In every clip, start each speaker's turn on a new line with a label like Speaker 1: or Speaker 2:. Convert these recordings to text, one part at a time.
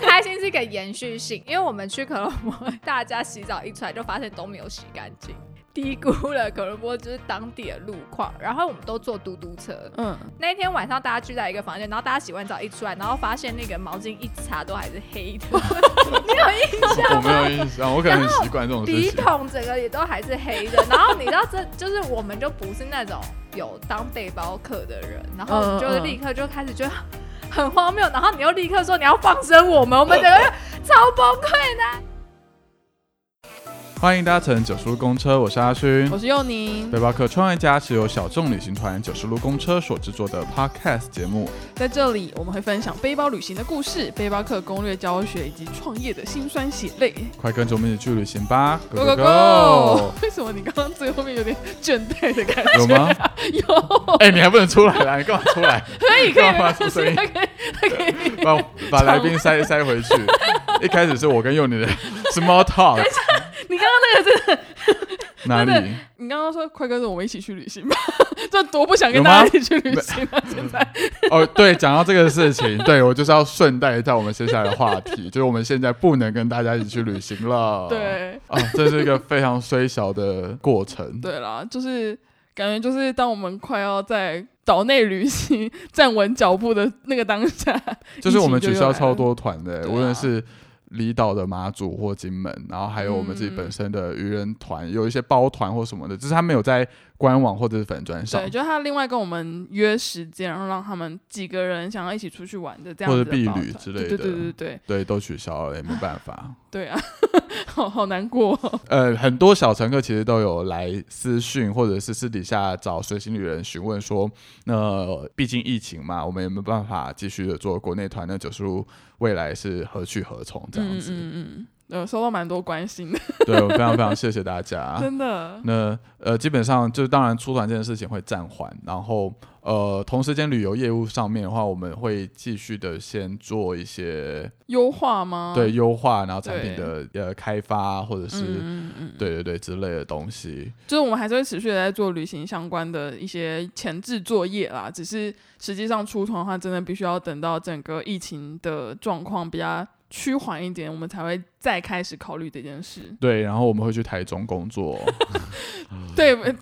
Speaker 1: 开心是一个延续性，因为我们去可乐波，大家洗澡一出来就发现都没有洗干净， 低估了可乐波就是当地的路况，然后我们都坐嘟嘟车。
Speaker 2: 嗯，
Speaker 1: 那一天晚上大家聚在一个房间，然后大家洗完澡一出来，然后发现那个毛巾一擦都还是黑的，你有印象
Speaker 3: 我没有印象，我可能很习惯这种事
Speaker 1: 笔
Speaker 3: 情。
Speaker 1: 筒整个也都还是黑的。然后你知道这就是我们就不是那种有当背包客的人，然后
Speaker 2: 嗯
Speaker 1: 就
Speaker 2: 嗯
Speaker 1: 立刻就开始觉得很荒谬，然后你又立刻说你要放生我们，我们整个人超崩溃的。
Speaker 3: 欢迎搭乘九十路公车，我是阿勋
Speaker 2: 我。是佑宁
Speaker 3: 背，包客创业家是由小众旅行团九十路公车所制作的 podcast 节目。
Speaker 2: 在这里我们会分享背包旅行的故事、背包客攻略教学以及创业的辛酸血泪。
Speaker 3: 快跟着我们一起去旅行吧！Go
Speaker 2: Go
Speaker 3: go
Speaker 2: go
Speaker 3: go！
Speaker 2: go！为 什么你刚刚最后面有点倦怠的感
Speaker 3: 有吗？
Speaker 2: 觉？ 有，
Speaker 3: 哎、你还不能出来啦！你干嘛出来？
Speaker 2: 可以可以，
Speaker 3: 干
Speaker 2: 没
Speaker 3: 嘛
Speaker 2: 关
Speaker 3: 出
Speaker 2: 系
Speaker 3: 声，音
Speaker 2: 他可以他可以。
Speaker 3: 把把来宾塞塞回去。一开始是我跟幼女的 small talk，
Speaker 2: 你刚刚那个真的，
Speaker 3: 哪
Speaker 2: 真
Speaker 3: 里？
Speaker 2: 你刚刚说快跟着我们一起去旅行 吧，这多不想
Speaker 3: 有
Speaker 2: 跟
Speaker 3: 吗
Speaker 2: 大家一起去旅行啊！现在
Speaker 3: 哦，对，讲到这个事情，对我就是要顺带一下我们接下来的话题，就是我们现在不能跟大家一起去旅行了。。
Speaker 2: 对。
Speaker 3: 啊，这是一个非常虽小的过程。
Speaker 2: 对啦，就是感觉就是当我们快要在岛内旅行 站稳脚步的那个当下，
Speaker 3: 就是我们
Speaker 2: 疫情
Speaker 3: 取
Speaker 2: 就又来了
Speaker 3: 消超多团的、
Speaker 2: 对啊
Speaker 3: 无论是离岛的马祖或金门，然后还有我们自己
Speaker 2: 嗯
Speaker 3: 本身的渔人团、有一些包团或什么的，只是他没有在官网或者是粉砖上
Speaker 2: 对，，就他另外跟我们约时间，然后让他们几个人想要一起出去玩的这样
Speaker 3: 或
Speaker 2: 子
Speaker 3: 者
Speaker 2: 的
Speaker 3: 避
Speaker 2: 包
Speaker 3: 旅
Speaker 2: 团
Speaker 3: 之类
Speaker 2: 对
Speaker 3: 的
Speaker 2: 对对对对
Speaker 3: 对，都取消了，也没办法。
Speaker 2: 对啊， 好好难过哦、
Speaker 3: 呃，很多小乘客其实都有来私讯或者是私底下找随行旅人询问说，那、毕竟疫情嘛，我们也没办法继续的做国内团，那九十路未来是何去何从这
Speaker 2: 嗯
Speaker 3: 样
Speaker 2: 嗯
Speaker 3: 子？
Speaker 2: 嗯嗯，呃，收到蛮多关心的，
Speaker 3: 对我非常非常谢谢大家，
Speaker 2: 真的。
Speaker 3: 那呃，基本上就是当然出团这件事情会暂缓，然后呃，同时间旅游业务上面的话，我们会继续的先做一些、
Speaker 2: 优化吗？
Speaker 3: 对优化，然后产品
Speaker 2: 嗯对
Speaker 3: 的呃开发或者
Speaker 2: 嗯，
Speaker 3: 是、
Speaker 2: 嗯嗯嗯，
Speaker 3: 对对对之类的东西。
Speaker 2: 就是我们还是会持续的在做旅行相关的一些前置作业啦，只是实际上出团的话，真的必须要等到整个疫情的状况比较趋缓一点，我们才会再开始考虑这件事。
Speaker 3: 对，然后我们会去台中工作， 嗯
Speaker 2: 对，呃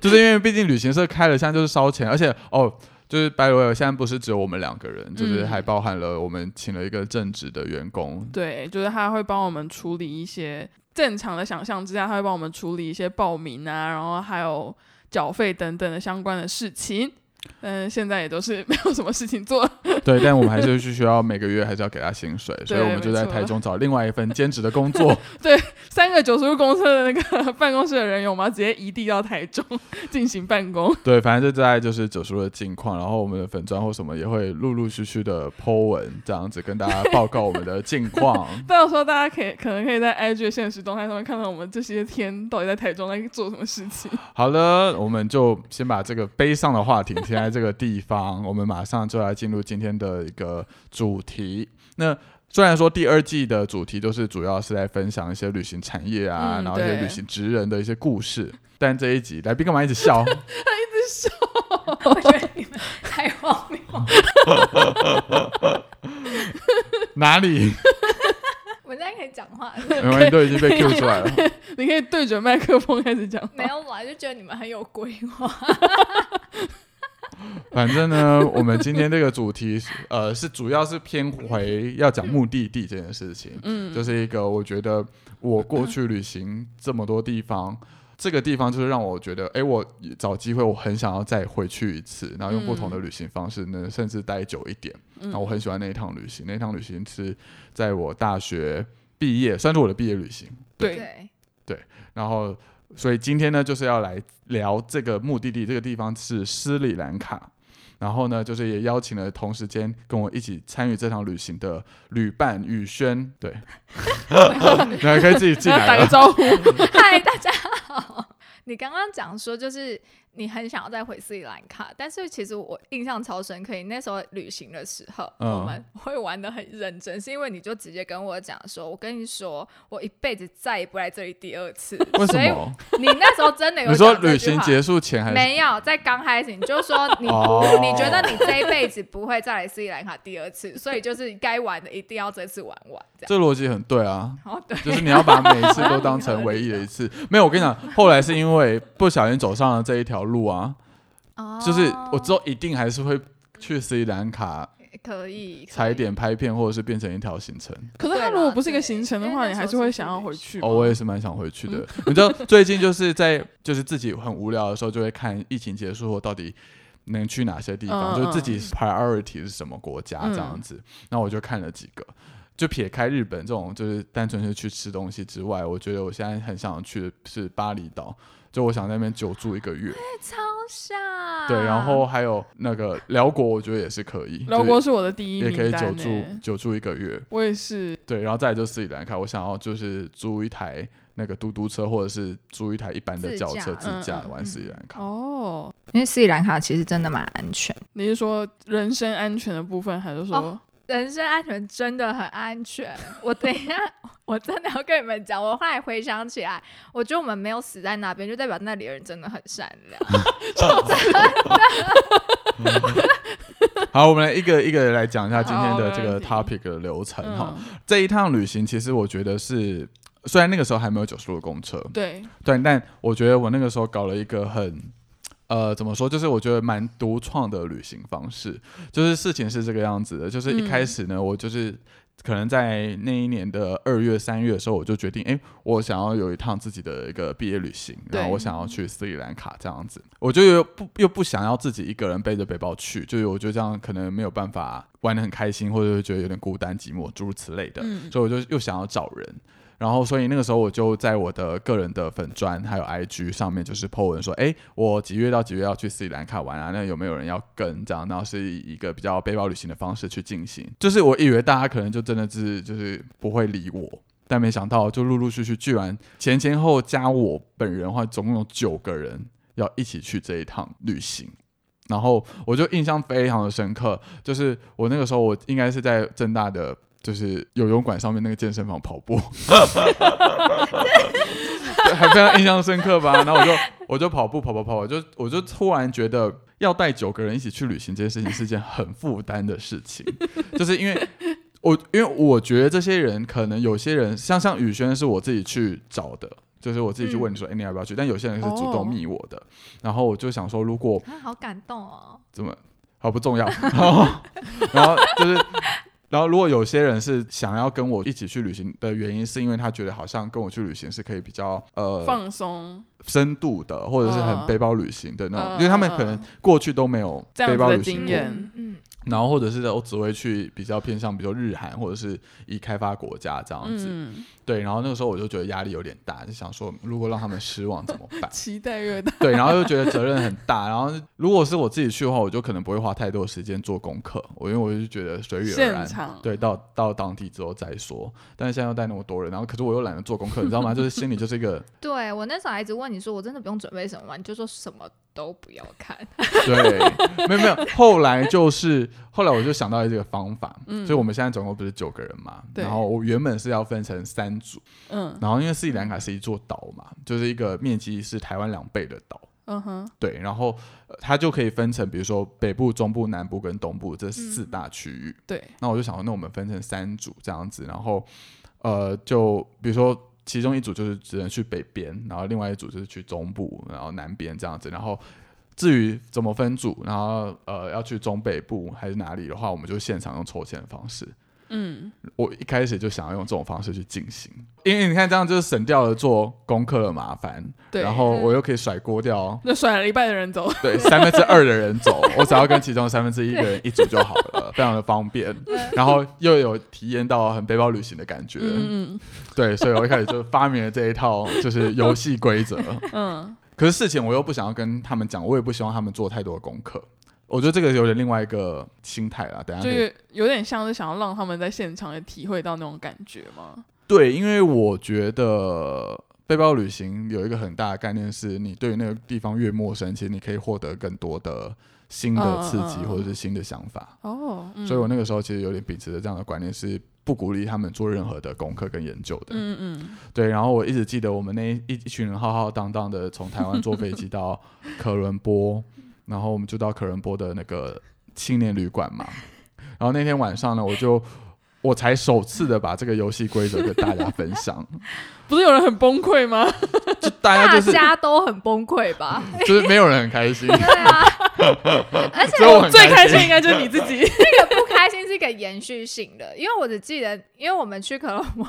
Speaker 3: 就是因为毕竟旅行社开了，现在就是烧钱，而且哦。就是白罗尔现在不是只有我们两个人，就是
Speaker 2: 嗯
Speaker 3: 还包含了我们请了一个正职的员工，
Speaker 2: 对，就是他会帮我们处理一些正常的想象之下，他会帮我们处理一些报名啊，然后还有缴费等等的相关的事情。嗯，现在也都是 没有什么事情做，
Speaker 3: 对，但我们还是需要每个月还是要给他薪水，所以
Speaker 2: 对
Speaker 3: 我们就
Speaker 2: 没
Speaker 3: 在
Speaker 2: 错
Speaker 3: 台中找另外一份兼职的工 作，
Speaker 2: 三个九十路公车的那个 办公室的人员，我们要直接移地到台中 进行办公。
Speaker 3: 对，反正就在就是九叔的近况，然后我们的粉砖或什么也会陆陆续续的 Po 文，这样子跟大家报告我们的近况。
Speaker 2: 到时候大家可以可能可以在 IG 的现实动态上面看到我们这些天到底在台中在做什么事情。
Speaker 3: 好了，我们就先把这个悲伤的话题 停在这个地方，我们马上就来进入今天的一个主题。那虽然说第二季的主题都是主要是在分享一些旅行产业啊，
Speaker 2: 嗯
Speaker 3: 然后一些
Speaker 2: 对
Speaker 3: 旅行职人的一些故事，但这一集来宾干嘛一 直笑？
Speaker 1: 我觉得你们太荒谬。
Speaker 3: 哪里？
Speaker 1: 我们现在可以讲话了，
Speaker 3: 没关系，都已经
Speaker 2: 啊
Speaker 3: 被 Q 出来了。
Speaker 2: 你可以对准麦克风开始讲话。
Speaker 1: 没有啦，就觉得你们很有规划。
Speaker 3: 反正呢，我们今天这个主题是，呃，是主要是偏回要讲目的地这件事情。嗯，就是一个我觉得我过去旅行这么多地方，这个地方就是让我觉得，哎、我找机会我很想要再回去一次，然后用不同的旅行方式呢，甚至待久一点。然后我很喜欢那一趟旅行，那一趟旅行是在我大学毕业，算是我的毕业旅行。
Speaker 2: 对，
Speaker 1: 对，
Speaker 3: 然后，所以今天呢，就是要来聊这个目的地，这个地方是斯里兰卡。然后呢，就是也邀请了同时间跟我一起参与这场旅行的旅伴宇轩，对，那可以自己进
Speaker 2: 大家打
Speaker 3: 来
Speaker 2: 个
Speaker 3: 了。
Speaker 2: 招呼。
Speaker 1: 嗨，大家好。你刚刚讲说，就是你很想要再回斯里兰卡，但是其实我印象超深刻，你那时候旅行的时候，
Speaker 3: 嗯
Speaker 1: 我们会玩的很认真，是因为你就直接跟我讲说，我跟你说，我一辈子再也不来这里第二次。
Speaker 3: 为什
Speaker 1: 所以
Speaker 3: 么？
Speaker 1: 你那时候真的有
Speaker 3: 你说
Speaker 1: 讲这
Speaker 3: 旅
Speaker 1: 句
Speaker 3: 行
Speaker 1: 话
Speaker 3: 结束前还是？
Speaker 1: 没有，在刚开始你就说你、
Speaker 3: 哦
Speaker 1: 你觉得你这一辈子不会再来斯里兰卡第二次，所以就是该玩的一定要这次玩完这样。
Speaker 3: 这逻辑很对啊，
Speaker 1: 然后对，
Speaker 3: 就是你要把每一次都当成唯一的一次。没有，我跟你讲，后来是因为不小心走上了这一条路啊，
Speaker 1: 哦
Speaker 3: 就是我之后一定还是会去斯里兰卡
Speaker 1: 可以
Speaker 3: 踩
Speaker 1: 可以
Speaker 3: 点拍片，或者是变成一条行程。
Speaker 2: 可是
Speaker 1: 对
Speaker 2: 他如果
Speaker 1: 啦
Speaker 2: 不是一个
Speaker 1: 对
Speaker 2: 行程的
Speaker 1: 因为
Speaker 2: 话，
Speaker 1: 那
Speaker 2: 你
Speaker 1: 时
Speaker 2: 还
Speaker 1: 候
Speaker 2: 是会
Speaker 1: 是
Speaker 2: 想
Speaker 1: 去
Speaker 2: 要
Speaker 1: 旅
Speaker 2: 回
Speaker 1: 行
Speaker 2: 去吗。嗯
Speaker 3: 哦，我也是蛮想回去的。你知道，最近就是在就是自己很无聊的时候，就会看疫情结束后到底能去哪些地方，
Speaker 2: 嗯
Speaker 3: 就是自己 priority 是什么国家这样子。那、我就看了几个，就撇开日本这种就是单纯是去吃东西之外，我觉得我现在很想去的是巴厘岛。就我想在那边久住一个月，
Speaker 1: 超傻。
Speaker 3: 对，然后还有那个辽国，我觉得也是可以，
Speaker 2: 啊辽国是我的第一
Speaker 3: 就是也
Speaker 2: 名
Speaker 3: 可以久
Speaker 2: 单
Speaker 3: 住
Speaker 2: 欸
Speaker 3: 久住一个月，
Speaker 2: 我也是，
Speaker 3: 对，然后再来就是斯里兰卡，我想要就是租一台那个嘟嘟车，或者是租一台一般的
Speaker 1: 自
Speaker 3: 轿
Speaker 1: 驾
Speaker 3: 车自
Speaker 2: 嗯
Speaker 3: 驾
Speaker 2: 嗯
Speaker 3: 玩斯里兰卡。
Speaker 2: 哦，
Speaker 1: 因为斯里兰卡其实真的蛮安全，
Speaker 2: 你是说人身安全的部分，还是说
Speaker 1: 哦人身安全真的很安全。 我等一下，我真的要跟你们讲，我后来回想起来，我觉得我们没有死在那边，就代表那里的人真的很善良。
Speaker 3: 好，我们来一个一个来讲一下今天
Speaker 2: 好
Speaker 3: 的
Speaker 2: 没
Speaker 3: 这个
Speaker 2: 问题
Speaker 3: topic 的流程哈。
Speaker 2: 嗯，
Speaker 3: 这一趟旅行其实我觉得是，虽然那个时候还没有九十路公车，
Speaker 2: 对，
Speaker 3: 对，但我觉得我那个时候搞了一个很。呃，怎么说？就是我觉得蛮独创的旅行方式。就是事情是这个样子的，就是一开
Speaker 2: 嗯
Speaker 3: 始呢，我就是可能在那一年的二月、三月的时候，我就决定，哎、我想要有一趟自己的一个毕业旅行，然后
Speaker 2: 对
Speaker 3: 我想要去斯里兰卡这样子。我就又不又不想要自己一个人背着背包去，就是我觉得这样可能没有办法玩的很开心，或者是觉得有点孤单寂寞诸如此类的，
Speaker 2: 嗯
Speaker 3: 所以我就又想要找人。然后，所以那个时候我就在我的个人的粉砖还有 IG 上面，就是 po 文说，哎，我几月到几月要去斯里兰卡玩啊？那有没有人要跟？这样，然后是以一个比较背包旅行的方式去进行。就是我以为大家可能就真的是就是不会理我，但没想到就陆陆续续，居然前前后加我本人的话，总共有九个人要一起去这一趟旅行。然后我就印象非常的深刻，就是我那个时候我应该是在正大的就是游泳馆上面那个健身房跑步，对还非常印象深刻吧。然后我就我就跑步跑跑跑，我就我就突然觉得要带九个人一起去旅行这件事情是件很负担的事情，就是因为。我因为我觉得这些人可能有些人像像宇轩是我自己去找的，就是我自己去问你说，哎、你要不要去？但有些人是主
Speaker 2: 哦
Speaker 3: 动密我的，然后我就想说，如果
Speaker 1: 啊，好感动哦。
Speaker 3: 怎么好不重要， 然后然后就是。然后，如果有些人是想要跟我一起去旅行的原因，是因为他觉得好像跟我去旅行是可以比较呃
Speaker 2: 放松
Speaker 3: 深度的，或者是很
Speaker 2: 嗯
Speaker 3: 背包旅行的那种，
Speaker 2: 嗯
Speaker 3: 因为他们
Speaker 2: 嗯
Speaker 3: 可能过去都没有
Speaker 2: 这样
Speaker 3: 背
Speaker 2: 子
Speaker 3: 包
Speaker 2: 的
Speaker 3: 旅行
Speaker 2: 经
Speaker 3: 过，
Speaker 2: 验
Speaker 1: 嗯嗯，
Speaker 3: 然后或者是我只会去比较偏向比如日韩或者是已开发国家这样子。
Speaker 2: 嗯，
Speaker 3: 对，然后那个时候我就觉得压力有点大，就想说如果让他们失望怎么办？
Speaker 2: 期待越大，
Speaker 3: 对，然后又觉得责任很大，然后如果是我自己去的话，我就可能不会花太多时间做功课，我因为我就觉得随遇而
Speaker 2: 现
Speaker 3: 安。
Speaker 2: 场，
Speaker 3: 对，到到当地之后再说。但是现在又带那么多人，然后可是我又懒得做功课，你知道吗？就是心里就是 一个
Speaker 1: 对我那时候还一直问你说，我真的不用准备什么吗？你就说什么都不要看。
Speaker 3: 对，没有没有。后来就是后来我就想到了这个方法，所以我们现在总共不是九个人嘛，
Speaker 2: 嗯对
Speaker 3: 然后我原本是要分成三组，
Speaker 2: 嗯
Speaker 3: 然后因为斯里兰卡是一座岛嘛，就是一个面积是台湾两倍的岛，
Speaker 2: 嗯哼，
Speaker 3: 对，然后、呃它就可以分成，比如说北部、中部、南部跟东部
Speaker 2: 嗯
Speaker 3: 这四大区域。
Speaker 2: 对，
Speaker 3: 那我就想说，那我们分成三组这样子，然后呃，就比如说其中一组就是只能去北边，然后另外一组就是去中部，然后南边这样子，然后。至于怎么分组，然后呃要去中北部还是哪里的话，我们就现场用抽签的方式。
Speaker 2: 嗯，
Speaker 3: 我一开始就想要用这种方式去进行，因为你看这样就是省掉了做功课的麻烦，
Speaker 2: 对，
Speaker 3: 然后我又可以甩锅掉
Speaker 2: 就甩了一半的人走，
Speaker 3: 对，三分之二的人走， 我只要跟其中三分之一的人一组就好了，非常的方便。然后又有体验到很背包旅行的感觉，
Speaker 2: 嗯
Speaker 3: 对，所以我一开始就发明了这一套就是游戏 规则。
Speaker 2: 嗯嗯，
Speaker 3: 可是事情我又不想要跟他们讲，我也不希望他们做太多的功课。我觉得这个有点另外一个心态啦，等一下
Speaker 2: 就
Speaker 3: 可以
Speaker 2: 有有点像是想要让他们在现场也体会到那种感觉嘛，
Speaker 3: 对，因为我觉得背包旅行有一个很大的概念是，你对于那个地方越陌生，其实你可以获得更多的新的刺激
Speaker 2: 嗯嗯嗯
Speaker 3: 或者是新的想法。
Speaker 2: 哦，嗯
Speaker 3: 所以我那个时候其实有点秉持着这样的观念，是不鼓励他们做任何的功课跟研究的。
Speaker 2: 嗯嗯
Speaker 3: 对，然后我一直记得我们那一一群人浩浩荡荡的从台湾坐飞机到科伦坡，然后我们就到科伦坡的那个青年旅馆嘛。然后那天晚上呢，我就我才首次的把这个游戏规则跟大家分享，
Speaker 2: 嗯，不是有人很崩溃吗？
Speaker 3: 就大家
Speaker 1: 大
Speaker 3: 就是
Speaker 1: 家都很崩溃吧？
Speaker 3: 就是没有人很开 心，
Speaker 1: 对 啊，而且
Speaker 3: 只有我很
Speaker 2: 最开心
Speaker 3: 心。
Speaker 2: 应该就是你自 己。
Speaker 1: 这个不开心是一个延续性的，因为我只记得，因为我们去可乐摩，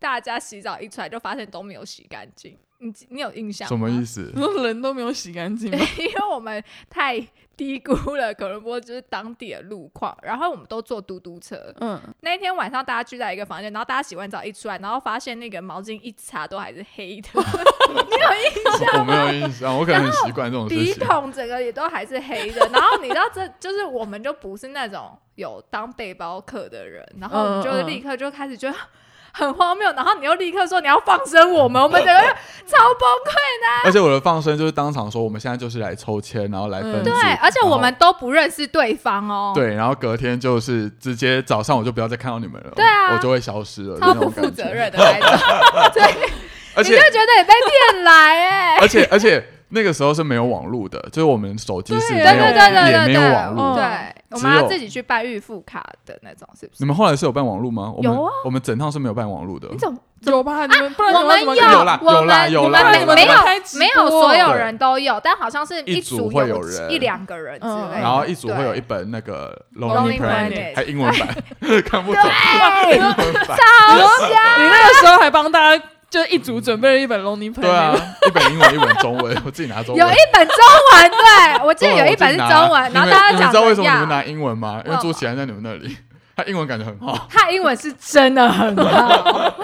Speaker 1: 大家洗澡一出来就发现都没有洗干净，你你有印象吗？
Speaker 3: 什么意思
Speaker 2: 你？说人都没有洗干净吗？
Speaker 1: 因为我们太低估了可伦坡就是当地的路况，然后我们都坐嘟嘟车。
Speaker 2: 嗯，
Speaker 1: 那一天晚上大家聚在一个房间，然后大家洗完澡一出来，然后发现那个毛巾一擦都还是黑的，
Speaker 3: 我我没有印象，我可能很习惯这种事
Speaker 1: 笔
Speaker 3: 情。
Speaker 1: 筒整个也都还是黑的。然后你知道这就是我们就不是那种有当背包客的人，然后我们
Speaker 3: 嗯
Speaker 1: 就立刻就开始觉得。很荒谬，然后你又立刻说你要放生我们，我们整个就超崩溃。
Speaker 3: 而且我的放生就是当场说，我们现在就是来抽签，然后来分
Speaker 2: 嗯
Speaker 3: 组。
Speaker 1: 对，哦而且
Speaker 3: 然
Speaker 1: 我
Speaker 3: 后
Speaker 1: 们都不认识对方哦。，
Speaker 3: 对，然后隔天就是直接早上我就不要再看到你们了，
Speaker 1: 对啊
Speaker 3: 我就会消失了，
Speaker 1: 超
Speaker 3: 那
Speaker 1: 不
Speaker 3: 种
Speaker 1: 负
Speaker 3: 感
Speaker 1: 责
Speaker 3: 觉。
Speaker 1: 任的 那种。对，
Speaker 3: 而
Speaker 1: 你
Speaker 3: 且
Speaker 1: 就觉得你被骗来哎、
Speaker 3: 而且而且那个时候是没有网络的，就是我们手机 是没
Speaker 1: 对
Speaker 3: 有
Speaker 1: 对对对
Speaker 3: 也
Speaker 1: 对哦
Speaker 3: 没有网络。啊
Speaker 2: 嗯
Speaker 1: 对，我
Speaker 3: 只
Speaker 1: 们要
Speaker 3: 有
Speaker 1: 自己去办预付卡的那种，是不是
Speaker 3: 你？们后来是有办网络吗？我们
Speaker 1: 有啊
Speaker 3: 我们整趟是没有办网络的
Speaker 1: 你。怎么？
Speaker 2: 有吧？你们不然你
Speaker 1: 我们
Speaker 2: 怎么
Speaker 1: 有，
Speaker 3: 有啦
Speaker 1: 我
Speaker 3: 有啦
Speaker 1: 们
Speaker 3: 有
Speaker 1: 我
Speaker 3: 啦
Speaker 1: 们
Speaker 3: 有啦
Speaker 1: 没
Speaker 2: 有啦开直
Speaker 1: 有没有
Speaker 2: 播
Speaker 1: 所有
Speaker 3: 对
Speaker 1: 人都有，但好像是
Speaker 3: 一组
Speaker 1: 组
Speaker 3: 会有
Speaker 1: 有
Speaker 3: 人
Speaker 1: 一两个人之类
Speaker 2: 嗯
Speaker 1: 的，
Speaker 3: 然后一组
Speaker 1: 对
Speaker 3: 会有一本那个
Speaker 1: Lonely
Speaker 3: Lonely Planet，
Speaker 1: Planet
Speaker 3: 还英文版， 看不懂，
Speaker 1: 对
Speaker 3: 英文版，
Speaker 2: 哎你那个时候还帮大家，就一组准备了一本 Lonely
Speaker 3: 对
Speaker 2: Planet，、
Speaker 3: 啊，一本英文，一本中文，我自己拿中文
Speaker 1: 有一。本中文，对我记得
Speaker 3: 对啊
Speaker 1: 有一本是中
Speaker 3: 我自
Speaker 1: 文，
Speaker 3: 己
Speaker 1: 然
Speaker 3: 拿
Speaker 1: 后大
Speaker 3: 你们
Speaker 1: 家
Speaker 3: 你们
Speaker 1: 讲哦
Speaker 3: 知道为
Speaker 1: 的
Speaker 3: 什
Speaker 1: 一
Speaker 3: 么你
Speaker 1: 样
Speaker 3: 们。拿英文吗？因
Speaker 1: 为
Speaker 3: 为
Speaker 1: 什
Speaker 3: 朱
Speaker 1: 么
Speaker 3: 启安在你们那里，他英文感觉很好。
Speaker 1: 他英文是真的很好，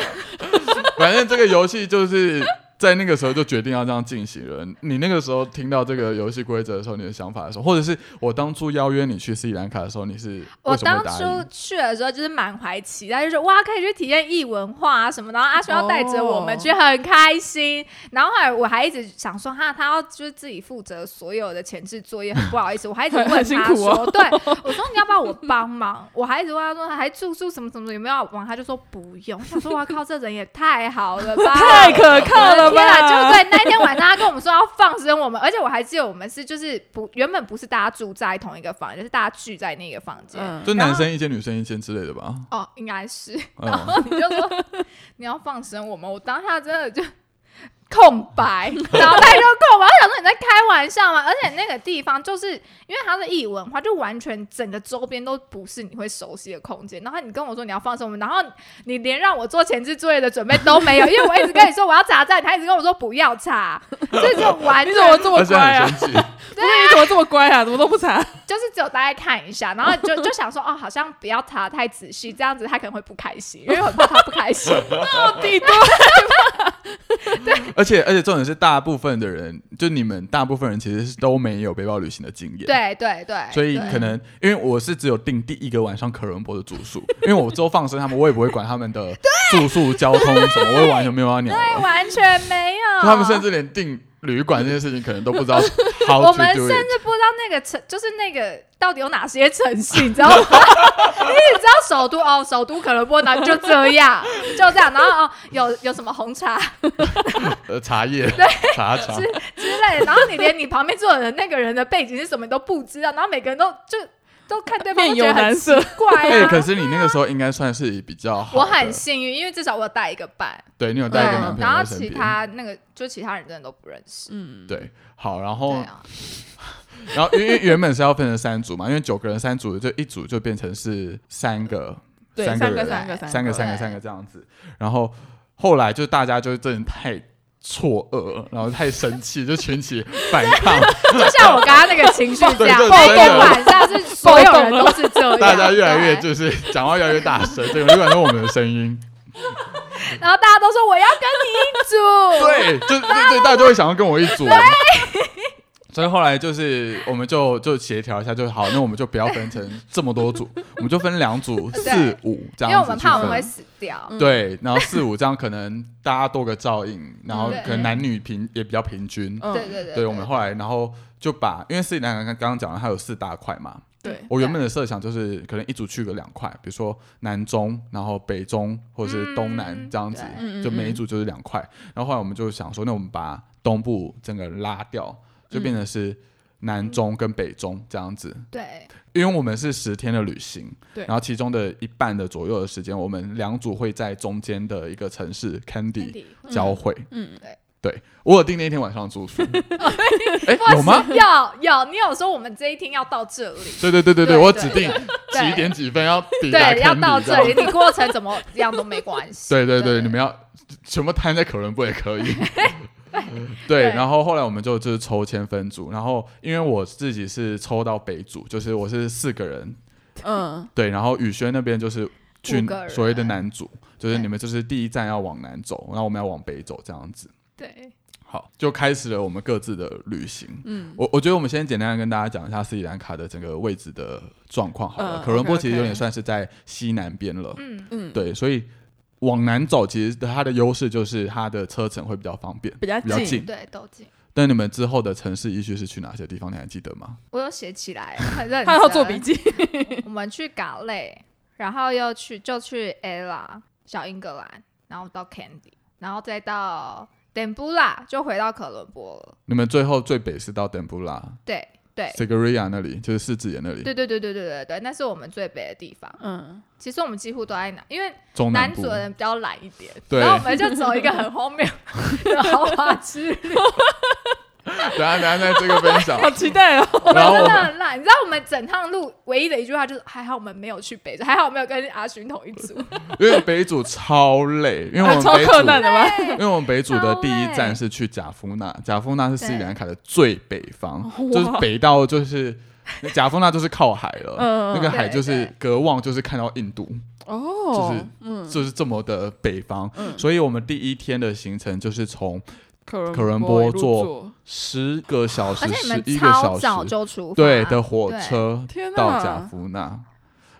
Speaker 3: 反正这个游戏就是在那个时候就决定要这样进行了。你那个时候听到这个游戏规则的时候，你的想法的时候，或者是我当初邀约你去斯里兰卡的时候，你是
Speaker 1: 我
Speaker 3: 为什么
Speaker 1: 当
Speaker 3: 会答
Speaker 1: 初
Speaker 3: 应？
Speaker 1: 去的时候就是满怀期待，就说哇可以去体验异文化啊什么，然后阿轩要带着我们
Speaker 2: 哦
Speaker 1: 去，很开心。然后后来我还一直想说哈，他要就是自己负责所有的前置作业，很不好意思，我还一直问
Speaker 2: 很辛
Speaker 1: 他
Speaker 2: 苦
Speaker 1: 说，
Speaker 2: 哦
Speaker 1: 对我说你要不要我帮忙？我还一直问他说还住宿什么什么有没有要帮？他就说不用。我想说哇靠，这人也太好了吧，
Speaker 2: 太可靠了
Speaker 1: 我的天啊
Speaker 2: 吧？
Speaker 1: 就对，那一天晚上他跟我们说要放生我们，而且我还记得我们是就是不原本不是大家住在同一个房间，就是大家聚在那个房间。
Speaker 2: 嗯
Speaker 3: 就男生一间，女生一间之类的吧。
Speaker 1: 哦，应该是，
Speaker 3: 嗯，
Speaker 1: 然后你就说你要放生我们，我当下真的就空白，脑袋就空白，我想说你在开玩笑吗？而且那个地方就是因为它是异文化，就完全整个周边都不是你会熟悉的空间。然后你跟我说你要放生我们，然后你连让我做前置作业的准备都没有，因为我一直跟你说我要查站，你还一直跟我说不要查，这就完
Speaker 2: 你
Speaker 1: 全
Speaker 2: 怎么这么
Speaker 3: 而且
Speaker 2: 乖啊
Speaker 3: 很？生气，
Speaker 2: 不是你怎么这么乖啊？怎么都不查？
Speaker 1: 就是只有大概看一下，然后就就想说哦，好像不要查太仔细，这样子他可能会不开心，因为我很怕他不开心。
Speaker 2: 到底多？
Speaker 3: 而且而且重点是，大部分的人，就你们大部分人其实是都没有背包旅行的经验。。
Speaker 1: 对对对，
Speaker 3: 所以
Speaker 1: 对
Speaker 3: 可能，因为我是只有订第一个晚上科伦坡的住宿，因为我之后放生他们，我也不会管他们 的住宿、交通什么，我也完全没有要鸟的。
Speaker 1: 对哎完全没有。
Speaker 3: 他们甚至连订旅馆这件事情可能都不 知道 how
Speaker 1: 我
Speaker 3: to
Speaker 1: 们甚
Speaker 3: do it。
Speaker 1: 至不知道那个城，就是那个到底有哪些城市，你知道吗？ 你只知道首都哦，首都可伦坡，然后就这样， 就这样，然后哦，有有什么红茶
Speaker 3: 呃，茶叶、茶茶
Speaker 1: 之，之类的，然后你连你旁边坐的人那个人的背景是什么你都不知道，然后每个人都就都看对方
Speaker 2: 面
Speaker 1: 都觉
Speaker 2: 有
Speaker 1: 得很
Speaker 2: 难
Speaker 1: 奇
Speaker 2: 色，
Speaker 1: 怪
Speaker 3: 哎，
Speaker 1: 啊。
Speaker 3: 可是你那个时候应该算是比较好的，
Speaker 1: 我很幸运，因为至少我有带一个伴，
Speaker 3: 对你有
Speaker 1: 对啊
Speaker 3: 带一个男，朋
Speaker 1: 然后
Speaker 3: 友在身
Speaker 1: 其
Speaker 3: 边，
Speaker 1: 他那个就其他人真的都不认识。
Speaker 2: 嗯，
Speaker 3: 对，好，然
Speaker 1: 对
Speaker 3: 后
Speaker 1: 啊，
Speaker 3: 然后因为原本是要分成三组嘛，因为九个人三组，就一组就变成是三个，
Speaker 2: 对，
Speaker 3: 三
Speaker 2: 三
Speaker 3: 个
Speaker 2: 个
Speaker 3: 人
Speaker 2: 三个
Speaker 3: 三个
Speaker 2: 个
Speaker 3: 三个
Speaker 1: 对
Speaker 3: 三个这样子，然后后来就大家就真的太。错愕，然后太生气，就群起反 抗，
Speaker 1: 就像我刚刚那个情绪这样，
Speaker 3: 对就
Speaker 1: 那
Speaker 2: 啊
Speaker 3: 是
Speaker 1: 天晚上是所有人都是这样，
Speaker 3: 大家越来越
Speaker 1: 对
Speaker 3: 就是讲话越来越大声，对，有管是我们的声音。
Speaker 1: 然后大家都说我要跟你一组，
Speaker 3: 对，就对对，大家就会想要跟我一组。所以后来就是我们就就协调一下，就好，那我们就不要分成这么多组，我们就分两组四五这
Speaker 1: 因
Speaker 3: 样子
Speaker 1: 为我们
Speaker 3: 去分。
Speaker 1: 怕我们会死掉。
Speaker 2: 嗯
Speaker 3: 对，然后四五这样可能大家多个照应，然后
Speaker 1: 嗯对
Speaker 3: 可能男女平也比较平均。
Speaker 2: 嗯
Speaker 1: 对对对
Speaker 3: 对，我们后来然后就把，因为四男刚刚刚讲了，它有四大块嘛。
Speaker 2: 对
Speaker 3: 我原本的设想就是可能一组去个两块，比如说南中，然后北中或者是东南
Speaker 1: 嗯
Speaker 3: 这样子，
Speaker 2: 对
Speaker 3: 就每一组就是两块。然后后来我们就想说，那我们把东部整个拉掉，就变成是南中跟北中这样子。
Speaker 1: 对
Speaker 3: 因为我们是十天的旅行，
Speaker 2: 对
Speaker 3: 然后其中的一半的左右的时间，我们两组会在中间的一个城市 Candy 交汇。
Speaker 2: 嗯，
Speaker 3: 我有订那天晚上的 住宿，哎、
Speaker 1: 不
Speaker 3: 有吗？
Speaker 1: 行有有，你有说我们这一天要到这里，
Speaker 3: 对对对对
Speaker 1: 对
Speaker 3: 我
Speaker 1: 对
Speaker 3: 指定
Speaker 1: 对
Speaker 3: 几点几分要抵达
Speaker 1: 对，要
Speaker 3: Candy，
Speaker 1: 到
Speaker 3: 这
Speaker 1: 这
Speaker 3: 样
Speaker 1: 里，你过程怎么样都没关系。
Speaker 3: 啊 对对对，
Speaker 1: 对
Speaker 3: 你们要全部摊在可伦布也 可以。对，
Speaker 1: 对
Speaker 3: 然后后来我们就就是抽签分组，然后因为我自己是抽到北组，就是我是四个人，
Speaker 2: 嗯，
Speaker 3: 对，然后宇轩那边就是去
Speaker 1: 五个人
Speaker 3: 所谓的南组，就是
Speaker 1: 对
Speaker 3: 你们就是第一站要往南走，然后我们要往北走这样子。
Speaker 1: 对，
Speaker 3: 好，就开始了我们各自的旅行。
Speaker 2: 嗯，
Speaker 3: 我我觉得我们先简单的跟大家讲一下斯里兰卡的整个位置的状况好了。
Speaker 2: 嗯
Speaker 3: 可伦坡
Speaker 2: OK，OK
Speaker 3: 其实有点算是在西南边了，
Speaker 1: 嗯，
Speaker 2: 嗯，
Speaker 3: 对，所以往南走其实它的优势就是它的车程会比较方便。
Speaker 2: 比较
Speaker 3: 比较近
Speaker 1: 对，都进，
Speaker 3: 但你们之后的城市依序是去哪些地方？你还记得吗？
Speaker 1: 我有写起来，很认
Speaker 2: 他要做笔
Speaker 1: 真。
Speaker 2: 记。
Speaker 1: 我们去嘎类，然后又去就去 Ella 小英格兰，然后到 Candy，然后再到 Dembula，就回到可伦坡了。
Speaker 3: 你们最后最北是到登布拉、
Speaker 1: 对对
Speaker 3: s e g r i a 那里，就是四字眼那里，
Speaker 1: 对对对对对对对，那是我们最北的地方。
Speaker 2: 嗯，
Speaker 1: 其实我们几乎都在南，因为
Speaker 3: 中
Speaker 1: 南
Speaker 3: 部
Speaker 1: 组。的人比较懒一点，
Speaker 3: 对
Speaker 1: 然后我们就走一个很荒谬的豪华 之旅，
Speaker 3: 等一下等一下啊再这个分 享，
Speaker 2: 好期待哦。
Speaker 1: 我们
Speaker 3: 然后
Speaker 1: 真
Speaker 3: 我
Speaker 1: 的
Speaker 3: 们
Speaker 1: 很懒。你知道我们整趟路唯一的一句话就是：还好我们没有去北， 还好我没有跟阿勋同一组。
Speaker 3: 因为北组超累，因为我们
Speaker 2: 超
Speaker 3: 北
Speaker 2: 困难
Speaker 3: 组，
Speaker 2: 的吗？
Speaker 3: 因为我们北组的
Speaker 1: 超
Speaker 3: 第一
Speaker 1: 累
Speaker 3: 站是去贾夫纳，贾夫纳是斯里
Speaker 1: 对
Speaker 3: 兰卡的最北方，就
Speaker 2: 哇
Speaker 3: 是北到就是贾夫纳就是靠海了，
Speaker 2: 嗯嗯
Speaker 3: 那个
Speaker 1: 嗯
Speaker 3: 海就
Speaker 1: 对
Speaker 3: 是
Speaker 1: 对
Speaker 3: 隔望就是看到印度，
Speaker 2: 哦，
Speaker 3: 就是
Speaker 2: 嗯，
Speaker 3: 就是这么的北方，
Speaker 2: 嗯
Speaker 3: 所以我们第一天的行程就是从
Speaker 2: 可
Speaker 3: 可伦
Speaker 2: 坡
Speaker 3: 坡
Speaker 2: 一路
Speaker 3: 坐
Speaker 2: 坐，
Speaker 3: 十个小时
Speaker 1: 而且你
Speaker 3: 十
Speaker 1: 们
Speaker 3: 一个
Speaker 1: 超
Speaker 3: 小
Speaker 1: 早
Speaker 3: 时
Speaker 1: 就出发，
Speaker 3: 对的火
Speaker 1: 对
Speaker 3: 车
Speaker 2: 天
Speaker 3: 到贾
Speaker 2: 哪！
Speaker 3: 夫纳。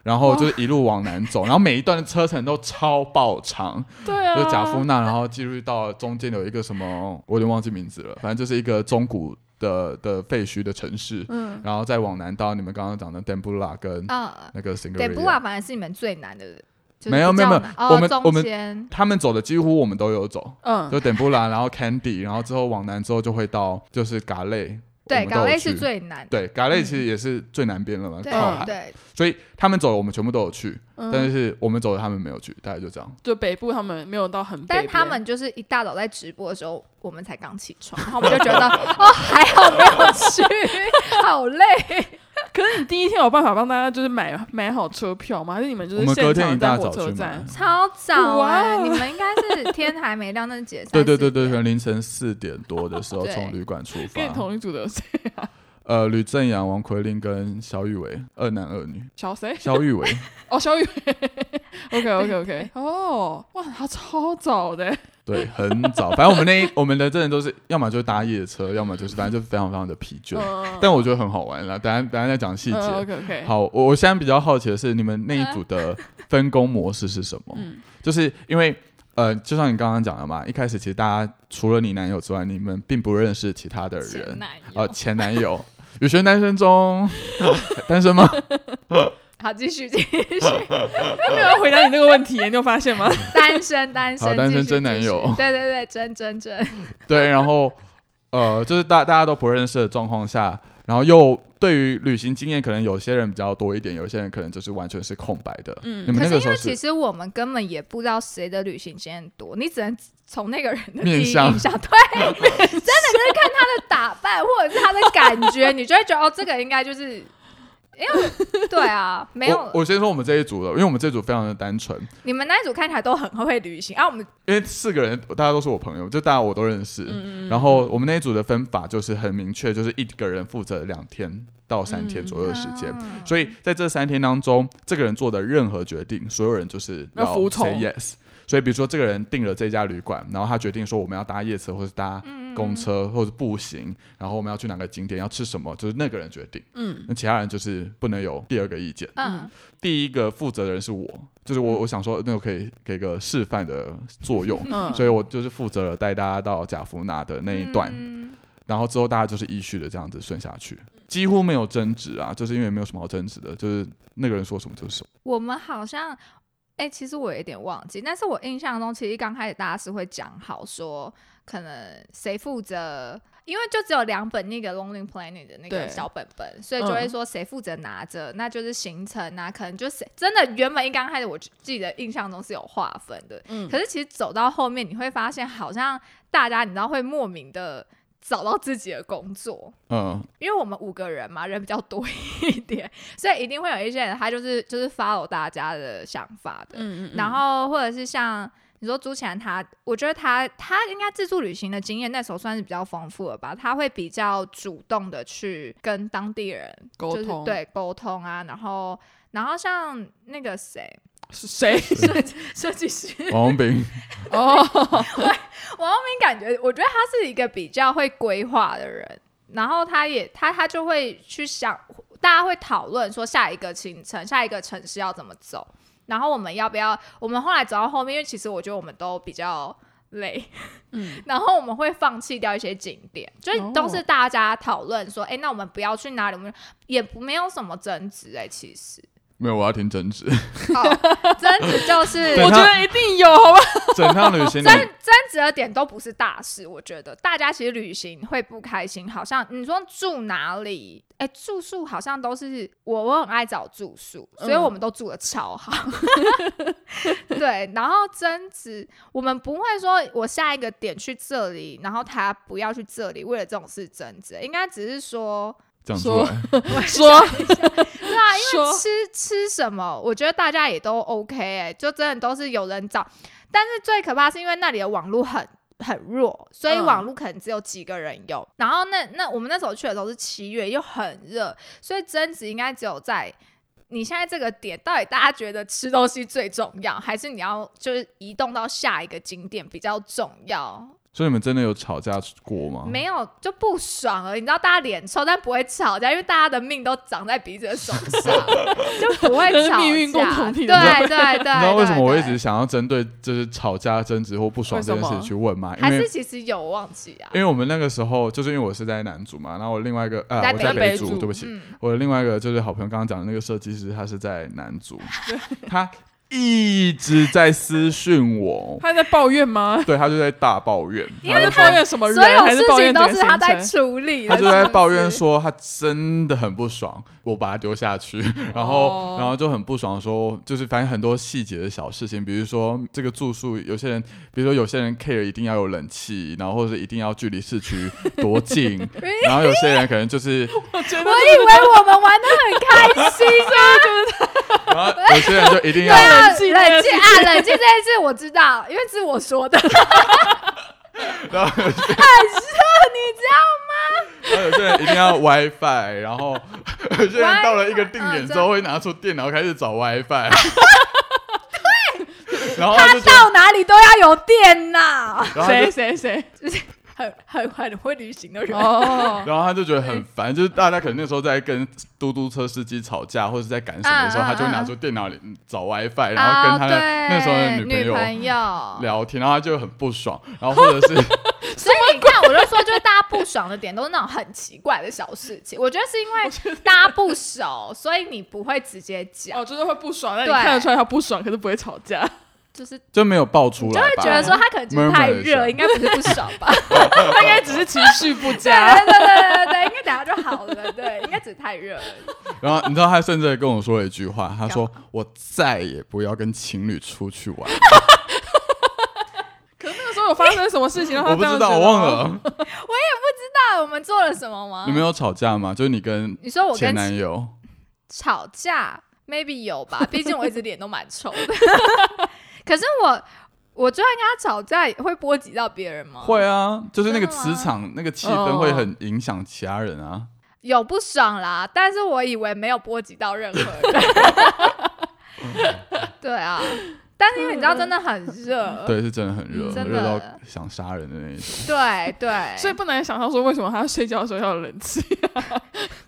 Speaker 3: 然后就是一路往南走，然后每一段的车程都超爆长，
Speaker 2: 对啊，
Speaker 3: 就贾夫纳，然后进入到中间有一个什么，我有点忘记名字了，反正就是一个中古的的废墟的城市，
Speaker 2: 嗯，
Speaker 3: 然后再往南到你们刚刚讲的 Dembula 跟
Speaker 1: 嗯，
Speaker 3: 那个 s i n g
Speaker 1: 对，
Speaker 3: a r
Speaker 1: 布
Speaker 3: e
Speaker 1: 瓦
Speaker 3: a
Speaker 1: 反而是你们最难的，就是
Speaker 3: 没有
Speaker 1: 比
Speaker 3: 没
Speaker 1: 较
Speaker 3: 有没有
Speaker 1: 难
Speaker 3: 我
Speaker 1: 哦
Speaker 3: 们我
Speaker 1: 中
Speaker 3: 们
Speaker 1: 间
Speaker 3: 他们走的几乎我们都有走，
Speaker 2: 嗯，
Speaker 3: 就 Dembula，然后 Candy，然后之后往南之后就会到就是嘎类，我
Speaker 1: 对，
Speaker 3: 们都有
Speaker 1: 港类是
Speaker 3: 去
Speaker 1: 最难的，
Speaker 3: 对嘎类其实也是最南边了嘛，
Speaker 1: 对
Speaker 3: 靠海，
Speaker 1: 对
Speaker 3: 所以他们走的我们全部都有去，
Speaker 2: 嗯
Speaker 3: 但是我们走的他们没有去，大概就这样。
Speaker 2: 就北部他们没有到很北
Speaker 1: 但
Speaker 2: 边，
Speaker 1: 是他们就是一大早在直播的时候，我们才刚起床，然后我们就觉得 哦，还好没有去，好累。
Speaker 2: 可是你第一天有办法帮大家就是买买好车票吗？还是你们就
Speaker 3: 我
Speaker 2: 是
Speaker 3: 们隔
Speaker 2: 现
Speaker 3: 天一
Speaker 2: 场
Speaker 3: 大
Speaker 2: 在
Speaker 3: 早
Speaker 2: 火
Speaker 3: 去
Speaker 2: 车
Speaker 3: 买
Speaker 2: 站？，
Speaker 1: 超早
Speaker 2: 哇
Speaker 1: 哎、
Speaker 2: 哦
Speaker 1: 你们应该是天还没亮，那是 解散。
Speaker 3: 对对对对，可能凌晨四点多的时候
Speaker 1: 对
Speaker 3: 从旅馆出
Speaker 2: 哦跟你
Speaker 3: 发，
Speaker 2: 同一组的有 谁？
Speaker 3: 呃，吕正阳、王奎林跟肖玉伟，二男二女。
Speaker 2: 小谁？
Speaker 3: 肖玉伟，
Speaker 2: 哦，小雨。OK OK OK。哦，哇，他超早的，
Speaker 3: 对，很早，反正我们那一我们的真的都是，要么就搭夜车，要么就是反正就非常非常的疲倦，
Speaker 2: 嗯，
Speaker 3: 但我觉得很好玩啦，等下等下再讲细节。
Speaker 2: OK OK。
Speaker 3: 好，我我现在比较好奇的是，你们那一组的分工模式是什么？
Speaker 2: 嗯
Speaker 3: 就是因为呃，就像你刚刚讲的嘛，一开始其实大家除了你男友之外，你们并不认识其他的人，
Speaker 1: 男
Speaker 3: 呃，前男友。有些单身中，单身吗？
Speaker 1: 好，继续继续，
Speaker 2: 他没有要回答你那个问题，你有发现吗？
Speaker 1: 单身单身，
Speaker 3: 好单身
Speaker 1: 继续
Speaker 3: 真男友
Speaker 1: 继续对对对，真真真，
Speaker 3: 对，然后呃，就是大大家都不认识的状况下，然后又对于旅行经验，可能有些人比较多一点，有些人可能就是完全是空白的。
Speaker 2: 嗯
Speaker 3: 你们
Speaker 1: 可
Speaker 3: 那
Speaker 1: 是
Speaker 3: 个时
Speaker 1: 因
Speaker 3: 候
Speaker 1: 为其实我们根本也不知道谁的旅行经验多，你只能从那个人的第
Speaker 3: 面
Speaker 1: 一印
Speaker 3: 相
Speaker 1: 象，对，真的就是看他的打扮或者是他的感觉，你就会觉得哦，这个应该就是，因为对啊，没有
Speaker 3: 我，我先说我们这一组的，因为我们这组非常的单纯，
Speaker 1: 你们那一组看起来都很会旅行，啊，我们
Speaker 3: 因为四个人大家都是我朋友，就大家我都认识。
Speaker 1: 嗯
Speaker 2: 嗯
Speaker 3: 然后我们那一组的分法就是很明确，就是一个人负责两天到三天左右的时间。
Speaker 1: 嗯啊
Speaker 3: 所
Speaker 2: 嗯
Speaker 3: 以在这三天当中，这个人做的任何决定，所有人就是
Speaker 2: 要服从嗯
Speaker 3: say yes。所以比如说这个人订了这家旅馆，然后他决定说我们要搭夜车或是搭公车或者步行，然后我们要去哪个景点，要吃什么，就是那个人决定，
Speaker 2: 嗯
Speaker 3: 那其他人就是不能有第二个意见。
Speaker 1: 嗯
Speaker 3: 第一个负责的人是我，就是我，我想说那我可以给个示范的作用，
Speaker 2: 嗯，
Speaker 3: 所以我就是负责了带大家到贾福纳的那一段，
Speaker 1: 嗯
Speaker 3: 然后之后大家就是依序的这样子顺下去，几乎没有争执啊，就是因为没有什么好争执的，就是那个人说什么就 是什么。
Speaker 1: 我们好像，哎、其实我有点忘记，但是我印象中，其实刚开始大家是会讲好说，可能谁负责，因为就只有两本那个 Lonely Planet 的那
Speaker 2: 对
Speaker 1: 个小本本，所以就会
Speaker 2: 嗯
Speaker 1: 说谁负责拿着，那就是行程啊，可能就谁真的原本一刚开始我记得印象中是有划分的，
Speaker 2: 嗯
Speaker 1: 可是其实走到后面你会发现，好像大家你知道会莫名的找到自己的工作，
Speaker 3: 嗯，
Speaker 1: 因为我们五个人嘛，人比较多一点， 所以一定会有一些人他就是就是 follow 大家的想法的。
Speaker 2: 嗯嗯，
Speaker 1: 然后或者是像你说朱钱他，我觉得他他应该自助旅行的经验那时候算是比较丰富了吧，他会比较主动的去跟当地人
Speaker 2: 沟
Speaker 1: 就是
Speaker 2: 通
Speaker 1: 对沟通啊，然后然后像那个 谁
Speaker 2: 是谁？
Speaker 1: 设计设计师
Speaker 3: 王文斌，
Speaker 2: 哦，
Speaker 1: 王阳明感觉，我觉得他是一个比较会规划的人，然后他也他他就会去想，大家会讨论说下一个行程、下一个城市要怎么走，然后我们要不要？我们后来走到后面，因为其实我觉得我们都比较累，
Speaker 2: 嗯，
Speaker 1: 然后我们会放弃掉一些景点，就是
Speaker 2: 哦
Speaker 1: 都是大家讨论说，哎、那我们不要去哪里，我们也不没有什么争执哎、其实，
Speaker 3: 没有，我要听争执。
Speaker 1: 好，争执就是
Speaker 3: 对
Speaker 2: 我觉得一定有，好吧？
Speaker 3: 整趟 旅行里
Speaker 1: 争争执的点都不是大事，我觉得大家其实旅行会不开心，好像嗯你说住哪里，哎、住宿好像都是我我很爱找住宿，所以
Speaker 2: 嗯
Speaker 1: 我们都住的超好。 对，然后争执我们不会说我下一个点去这里，然后他不要去这里，为了这种事争执，应该只是说，
Speaker 3: 讲出来，
Speaker 2: 说
Speaker 1: 对啊，因为
Speaker 2: 说
Speaker 1: 吃吃什么，我觉得大家也都 OK，哎、就真的都是有人找，但是最可怕是因为那里的网络很。很弱，所以
Speaker 2: 嗯
Speaker 1: 网络可能只有几个人有。然后那那我们那时候去的时候是七月，又很热，所以争执应该只有在你现在这个点，到底大家觉得吃东西最重要，还是你要就是移动到下一个景点比较重要？
Speaker 3: 所以你们真的有吵架过吗？
Speaker 1: 没有就不爽了，你知道大家脸臭，但不会吵架，因为大家的命都长在彼此的手上，就不会
Speaker 2: 这是
Speaker 1: 吵架。
Speaker 2: 命运共同体
Speaker 1: 对对
Speaker 2: 的
Speaker 1: 对对，
Speaker 3: 你知道为什么我一
Speaker 1: 啊对
Speaker 3: 直想要针对就是吵架、争执或不爽这件
Speaker 2: 为什
Speaker 3: 事
Speaker 2: 么
Speaker 3: 去问吗？因
Speaker 1: 还
Speaker 3: 为
Speaker 1: 是其实有我忘记啊
Speaker 3: 因？为我们那个时候就是因为我是在南组嘛，然后我另外一个呃
Speaker 1: 在
Speaker 3: 我
Speaker 1: 北
Speaker 3: 在北
Speaker 2: 北
Speaker 3: 组，
Speaker 2: 组
Speaker 3: 对不起，
Speaker 1: 嗯，
Speaker 3: 我的另外一个就是好朋友刚刚讲的那个设计师，他是在 南组，他一直在私讯我，
Speaker 2: 他在抱怨吗？
Speaker 3: 对他就在大抱怨，
Speaker 1: 因
Speaker 2: 他
Speaker 1: 为
Speaker 2: 在
Speaker 3: 他
Speaker 2: 抱怨什么
Speaker 1: 所
Speaker 2: 人？
Speaker 1: 有
Speaker 2: 还
Speaker 1: 事
Speaker 2: 是抱
Speaker 1: 情
Speaker 2: 怨
Speaker 1: 都
Speaker 2: 这
Speaker 1: 是
Speaker 2: 个
Speaker 1: 他
Speaker 2: 行
Speaker 1: 在
Speaker 2: 程
Speaker 1: 处理的，
Speaker 3: 他就在
Speaker 1: 是不
Speaker 3: 抱怨
Speaker 1: 是，
Speaker 3: 说他真的很不爽，我把他丢下去，然后、
Speaker 2: 哦
Speaker 3: 然后就很不爽说就是反正很多细节的小事情，比如说这个住宿，有些人比如说有些人 care 一定要有冷气，然后或者是一定要距离市区多近，然后有些人可能就是，
Speaker 2: 我觉
Speaker 1: 我
Speaker 2: 得
Speaker 1: 以为我们玩的很开心啊，
Speaker 3: 然后有些人就一定要
Speaker 1: 对。啊，
Speaker 2: 冷静
Speaker 1: 冷静啊，冷静这件事我知道，因为是我说的，
Speaker 3: 然后有些，然后有些人一定要 WiFi，然后有些人到了一个定点之后会拿出电脑开始找 WiFi。对，然后他就觉得，
Speaker 1: 到哪里都要有电脑，
Speaker 3: 然后他
Speaker 2: 谁
Speaker 3: 就
Speaker 2: 谁谁
Speaker 1: 很很很会旅行的人。
Speaker 2: 哦，
Speaker 3: 然后他就觉得很烦，就是大家可能那时候在跟嘟嘟车司机吵架，或者是在赶什么的时候，
Speaker 1: 嗯嗯
Speaker 3: 他就会拿出电脑里找 WiFi，然后跟他的
Speaker 1: 啊对
Speaker 3: 那时候的女朋
Speaker 1: 女
Speaker 3: 友
Speaker 1: 朋友，
Speaker 3: 聊天，然后他就很不爽，然后或者是
Speaker 1: 所以你看，我就说，就是大家不爽的点都是那种很奇怪的小事情。我觉得是因为大家不熟，所以你不会直接讲，
Speaker 2: 哦，就是会不爽，但你
Speaker 1: 对
Speaker 2: 看得出来他不爽，可是不会吵架。
Speaker 1: 就是
Speaker 3: 就没有爆出
Speaker 1: 你就
Speaker 3: 来
Speaker 1: 会
Speaker 3: 吧，
Speaker 1: 觉得说他可能就是太热，应该不是不爽 吧？
Speaker 2: 他应该只是情绪不
Speaker 1: 对
Speaker 2: 佳。
Speaker 1: 对对对对对，应该等下就好了，对，应该只是太热了。
Speaker 3: 然嗯后你知道他甚至还跟我说了一句话，他 说
Speaker 1: 干：“
Speaker 3: 我再也不要跟情侣出去玩。
Speaker 2: 可是那个时候有发生什么事情让”他
Speaker 3: 我
Speaker 2: 这
Speaker 3: 不
Speaker 2: 样
Speaker 3: 知
Speaker 2: 觉得
Speaker 3: 道，
Speaker 2: 吗
Speaker 3: 我忘。了。
Speaker 1: 那我们做了什么吗
Speaker 3: 你？们有吵架吗？就是你跟
Speaker 1: 你说我
Speaker 3: 前
Speaker 1: 跟
Speaker 3: 男友，
Speaker 1: 吵架，maybe 有吧，毕竟我一直脸都蛮臭 的。可是我，我就算跟他吵架，会波及到别人吗？
Speaker 3: 会啊，就是那个
Speaker 1: 哦真的吗哦
Speaker 3: 磁场、那个气氛会很影响其他人啊。
Speaker 1: 有不爽啦，但是
Speaker 3: 嗯
Speaker 1: 我以为没有波及到任何人。对啊，但但是因为你知道，真的很热，
Speaker 3: 对，是真的很热，
Speaker 1: 嗯真
Speaker 3: 热到
Speaker 1: 的
Speaker 3: 想杀人的那一种。
Speaker 1: 对对，
Speaker 2: 所以不难想象说为什么他睡觉的时候要有冷气。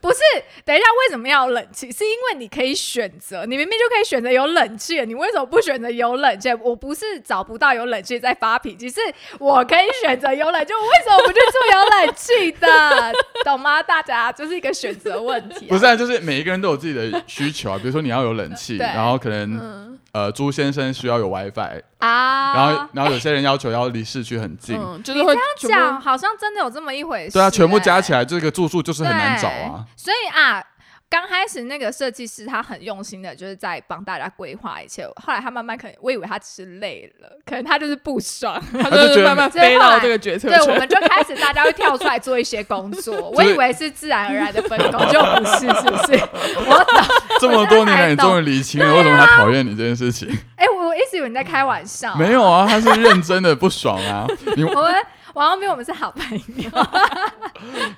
Speaker 1: 不是，等一下，为什么要有冷气？是因为你可以选择，你明明就可以选择有冷气了，你为什么不选择有冷气？我不是找不到有冷气在发脾气，是我可以选择有冷气，我为什么不去住有冷气的？懂吗？大家就是一个选择问题、
Speaker 3: 不是、，啊，就是每一个人都有自己的需求啊。比如说你要有冷气，
Speaker 1: 对
Speaker 3: 然后可能、
Speaker 2: 嗯
Speaker 3: 呃朱先生需要有 WiFi，
Speaker 1: 啊，
Speaker 3: 然后然后有些人要求要离市区很近。
Speaker 2: 嗯，就是
Speaker 1: 你
Speaker 2: 会
Speaker 1: 啊这
Speaker 2: 全部
Speaker 1: 样讲，好像真的有这么一回事、
Speaker 3: 对啊，全部加起
Speaker 1: 来
Speaker 3: 来，这个住宿就是很难找啊。
Speaker 1: 所以啊。刚开始那个设计师他很用心的，就是在帮大家规划一切。后来他慢慢可能，我以为他只是累了，可能他就是不爽，
Speaker 2: 他
Speaker 3: 他就
Speaker 2: 就
Speaker 3: 觉
Speaker 2: 是
Speaker 3: 得
Speaker 2: 慢慢飞到这个决策
Speaker 1: 对，我
Speaker 2: 圈。
Speaker 1: 们就开始大家会跳出来做一些工 作，我
Speaker 3: 就是
Speaker 1: 以为是自然而然的分工，就不是，是不是？我懂。
Speaker 3: 这么多年来，你终于理清了为什么他讨厌你这件事情。
Speaker 1: 哎、我我一直以为你在开玩笑、
Speaker 3: 没有，啊，他是认真的不爽啊。你
Speaker 1: 我们王阳明我们是好朋 友。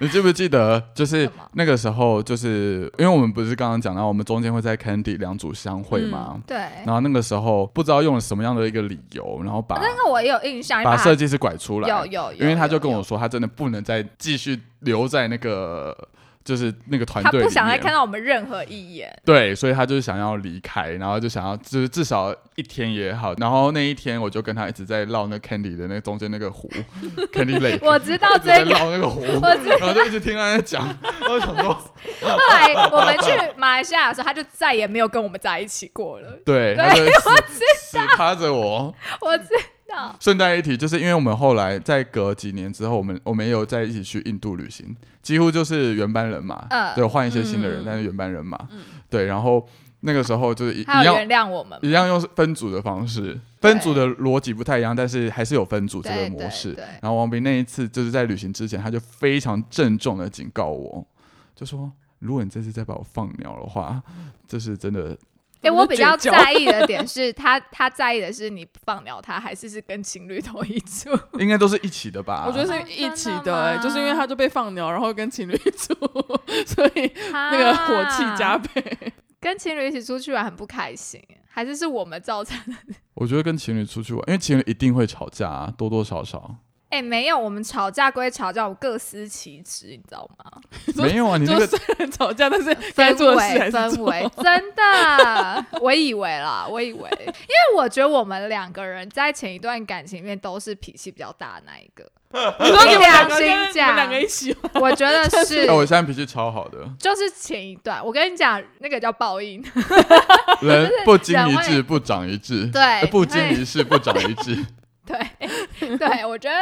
Speaker 3: 你记不记得，就是
Speaker 1: 什么
Speaker 3: 那个时候，就是因为我们不是刚刚讲到，我们中间会在 Candy 两组相会吗？
Speaker 1: 对，
Speaker 3: 然后那个时候不知道用了什么样的一个理由，然后把
Speaker 1: 那个我也有印象，
Speaker 3: 把
Speaker 1: 因为
Speaker 3: 设计师拐出
Speaker 1: 他
Speaker 3: 来，
Speaker 1: 有有有，
Speaker 3: 因为他就跟
Speaker 1: 有
Speaker 3: 我。说，他真的不能再继续留在那个就是那个团
Speaker 1: 他
Speaker 3: 队里
Speaker 1: 不想再
Speaker 3: 面
Speaker 1: 看，到我们任何一眼，
Speaker 3: 对，所以他就是想要离开，然后就想要就是至少一天也好。然后那一天我就跟他一直在绕那 Candy 的那中间那个湖，Candy Lake，
Speaker 1: 我知道
Speaker 3: 一直在
Speaker 1: 这个。
Speaker 3: 绕那个湖，
Speaker 1: 我知
Speaker 3: 然后就一直听他在讲，然后想说，
Speaker 1: 后来我们去马来西亚的时候，他就再也没有跟我们在一起过了。对
Speaker 3: 对，他就死死趴着我。
Speaker 1: 我知道，
Speaker 3: 顺带一提，就是因为我们后来在隔几年之后，我们我们也有在一起去印度旅行，几乎就是原班人马，
Speaker 1: 嗯
Speaker 3: 对，换一些新的人，
Speaker 2: 嗯
Speaker 3: 但是原班人马，对，然后那个时候就是一一
Speaker 1: 他有
Speaker 3: 样
Speaker 1: 原谅我们吗。
Speaker 3: 一样用分组的方式，分组的逻辑不太一样，但是还是有分组这
Speaker 1: 对
Speaker 3: 个
Speaker 1: 对
Speaker 3: 模式。
Speaker 1: 对
Speaker 3: 然后王斌那一次就是在旅行之前，他就非常郑重的警告我，就说如果你这次再把我放鸟的话，这是真的
Speaker 1: 哎、
Speaker 2: 我
Speaker 1: 我
Speaker 2: 就
Speaker 1: 比
Speaker 2: 绝
Speaker 1: 较
Speaker 2: 交
Speaker 1: 在意的点是 他，他在意的是你放鸟他，还是是跟情侣同一处？
Speaker 3: 应该都是一起的吧？
Speaker 2: 我觉得
Speaker 1: 啊
Speaker 2: 是一起
Speaker 1: 真
Speaker 2: 的、
Speaker 1: 的
Speaker 2: 哎，
Speaker 1: 吗
Speaker 2: 就是因为他就被放鸟，然后跟情侣住，所以
Speaker 1: 那
Speaker 2: 那个火气加倍。
Speaker 1: 跟情侣一起出去玩很不开心，还是是我们造成？
Speaker 3: 我觉得跟情侣出去玩，因为情侣一定会吵架、啊，多多少少。
Speaker 1: 哎、没有，我们吵架归吵架，我各司其职，你知道吗？
Speaker 2: 说
Speaker 3: 没有啊，你那
Speaker 2: 就
Speaker 3: 个
Speaker 2: 虽然吵架，但是该
Speaker 1: 氛
Speaker 2: 做的事还
Speaker 1: 围，
Speaker 2: 是
Speaker 1: 氛
Speaker 2: 做。
Speaker 1: 围，真的，我以为啦，我以为，因为我觉得我们两个人在前一段感情里面都是脾气比较大的那一个，
Speaker 2: 你说你们两
Speaker 1: 良
Speaker 2: 个
Speaker 1: 心
Speaker 2: 跟你们
Speaker 1: 啊讲
Speaker 2: 两个一起，
Speaker 1: 我觉得是
Speaker 3: 哎、。我现在脾气超好的，
Speaker 1: 就是前一段，我跟你讲，那个叫报应，
Speaker 3: 人不经一
Speaker 1: 人
Speaker 3: 致不长一智，
Speaker 1: 对
Speaker 3: 呃不
Speaker 1: 你
Speaker 3: 经
Speaker 1: 会
Speaker 3: 一事不长一智。
Speaker 1: 对，对，我觉得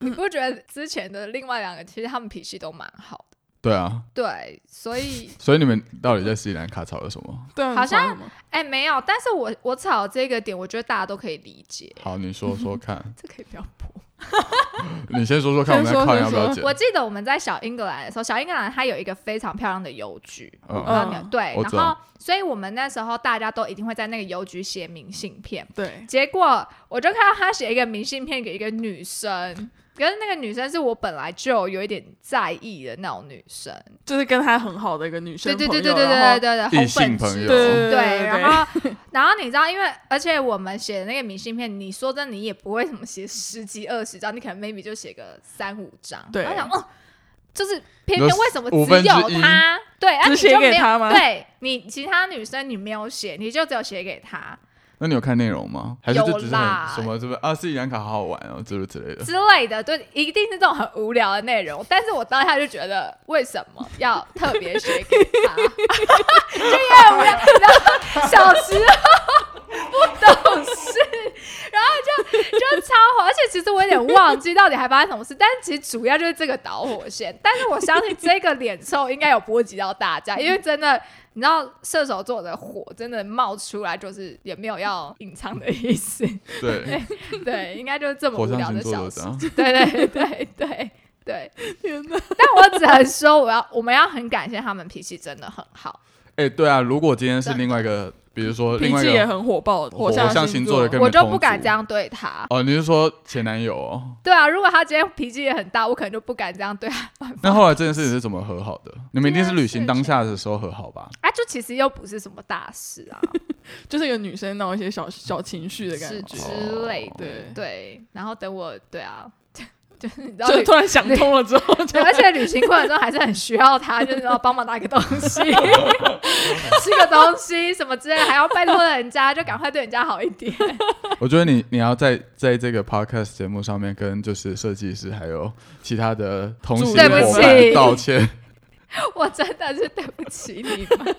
Speaker 1: 你不觉得之前的另外两个其实他们脾气都蛮好的，
Speaker 3: 对啊，
Speaker 1: 对，所以
Speaker 3: 所以你们到底在斯里兰卡吵了什么？
Speaker 2: 对啊，
Speaker 1: 好
Speaker 2: 你吵
Speaker 1: 像
Speaker 2: 什么
Speaker 1: 哎、没有，但是我我吵这个点，我觉得大家都可以理解，
Speaker 3: 好，你说说看，
Speaker 1: 这可以不要播。
Speaker 3: 你先说说看，我们
Speaker 2: 先
Speaker 3: 来
Speaker 2: 说
Speaker 3: 看要不
Speaker 2: 先
Speaker 3: 要
Speaker 2: 说
Speaker 3: 剪。
Speaker 1: 我记得我们在小英格兰的时候，小英格兰它有一个非常漂亮的邮局，
Speaker 3: 嗯
Speaker 1: 我不知道你有对，
Speaker 3: 我
Speaker 1: 然
Speaker 3: 知道
Speaker 1: 后所以我们那时候大家都一定会在那个邮局写明信片，
Speaker 2: 对，
Speaker 1: 结果我就看到他写一个明信片给一个女生。可是那个女生是我本来就有一点在意的那种女生，
Speaker 2: 就是跟他很好的一个女生
Speaker 1: 对对
Speaker 2: 朋
Speaker 1: 对
Speaker 2: 友
Speaker 1: 对对
Speaker 2: 然
Speaker 1: 对对
Speaker 2: 后
Speaker 1: 对，
Speaker 3: 异性朋友
Speaker 2: 对对
Speaker 1: 对，
Speaker 2: 对，
Speaker 1: 然后 然后你知道，因为而且我们写的那个明信片，你说真的，你也不会什么写十几二十张，你可能 maybe 就写个三五张。
Speaker 2: 对
Speaker 1: 然后想哦，就是偏
Speaker 3: 你
Speaker 1: 偏
Speaker 3: 说
Speaker 1: 为什么
Speaker 3: 五分
Speaker 1: 只
Speaker 3: 之
Speaker 1: 有
Speaker 3: 一
Speaker 1: 他？对，啊，
Speaker 2: 只
Speaker 1: 你
Speaker 2: 写
Speaker 1: 就
Speaker 2: 给
Speaker 1: 没有
Speaker 2: 他吗
Speaker 1: 对你其他女生你没有写，你就只有写给他
Speaker 3: 那你有看内容吗？还是
Speaker 1: 有
Speaker 3: 就只是
Speaker 1: 啦
Speaker 3: 很什么什么啊？斯里兰卡好好玩哦，之类之类的。
Speaker 1: 之类的，对，一定是这种很无聊的内容。但是我当下就觉得，为什么要特别写给他？ 就也很无聊。然后小时候不懂事，然后就就超火。而且其实我有点忘记到底还发生什么事，但是其实主要就是这个导火线。但是我相信这个脸臭应该有波及到大家，因为真的。你知道射手座的火真的冒出来，就是也没有要隐藏的意思，
Speaker 3: 对，
Speaker 1: 对，应该就是这么无
Speaker 3: 火象
Speaker 1: 聊
Speaker 3: 星
Speaker 1: 的
Speaker 3: 座
Speaker 1: 小
Speaker 3: 都
Speaker 1: 事
Speaker 3: 这。样。
Speaker 1: 对对对对对，
Speaker 2: 天哪，
Speaker 1: 但我只能说，我要我们要很感谢他们脾气真的很好。
Speaker 3: 哎、对啊，如果今天是
Speaker 1: 对
Speaker 3: 另外一个比如说呃另
Speaker 2: 脾
Speaker 3: 外
Speaker 2: 气
Speaker 3: 一
Speaker 2: 也
Speaker 3: 个
Speaker 2: 很火爆，
Speaker 3: 火
Speaker 2: 象
Speaker 3: 象
Speaker 2: 星
Speaker 3: 星座的根
Speaker 1: 我
Speaker 3: 本
Speaker 1: 就
Speaker 3: 同
Speaker 1: 不敢
Speaker 3: 族
Speaker 1: 这样对他。
Speaker 3: 哦，你是说前男友、哦？
Speaker 1: 对啊，如果他今天脾气也很大，我可能就不敢这样对
Speaker 2: 嗯
Speaker 1: 他。
Speaker 3: 那后来这件事情是怎么和好的？你们一定是旅
Speaker 1: 这
Speaker 3: 行
Speaker 1: 件
Speaker 3: 当
Speaker 1: 事
Speaker 3: 下的时候和好吧？
Speaker 1: 啊，就其实又不是什么大事 啊，
Speaker 2: 就是一个女生闹一些小小情绪的感
Speaker 1: 是
Speaker 2: 觉，哦
Speaker 1: 之类的。
Speaker 2: 对，
Speaker 1: 对，然后等我，对啊， 就是你知道
Speaker 2: 就
Speaker 1: 旅，
Speaker 2: 突然想通了之后就
Speaker 1: 对，而且旅行过程中还是很需要他，就是要帮忙拿个东 西、吃个东西什么之类的，还要拜托人家，就赶快对人家好一点。 啊
Speaker 3: 我觉得你你要在在这个 podcast 节目上面跟就是设计师还有其他的同行
Speaker 1: 对不起
Speaker 3: 伙伴道歉。
Speaker 1: 我真的是对不起你们。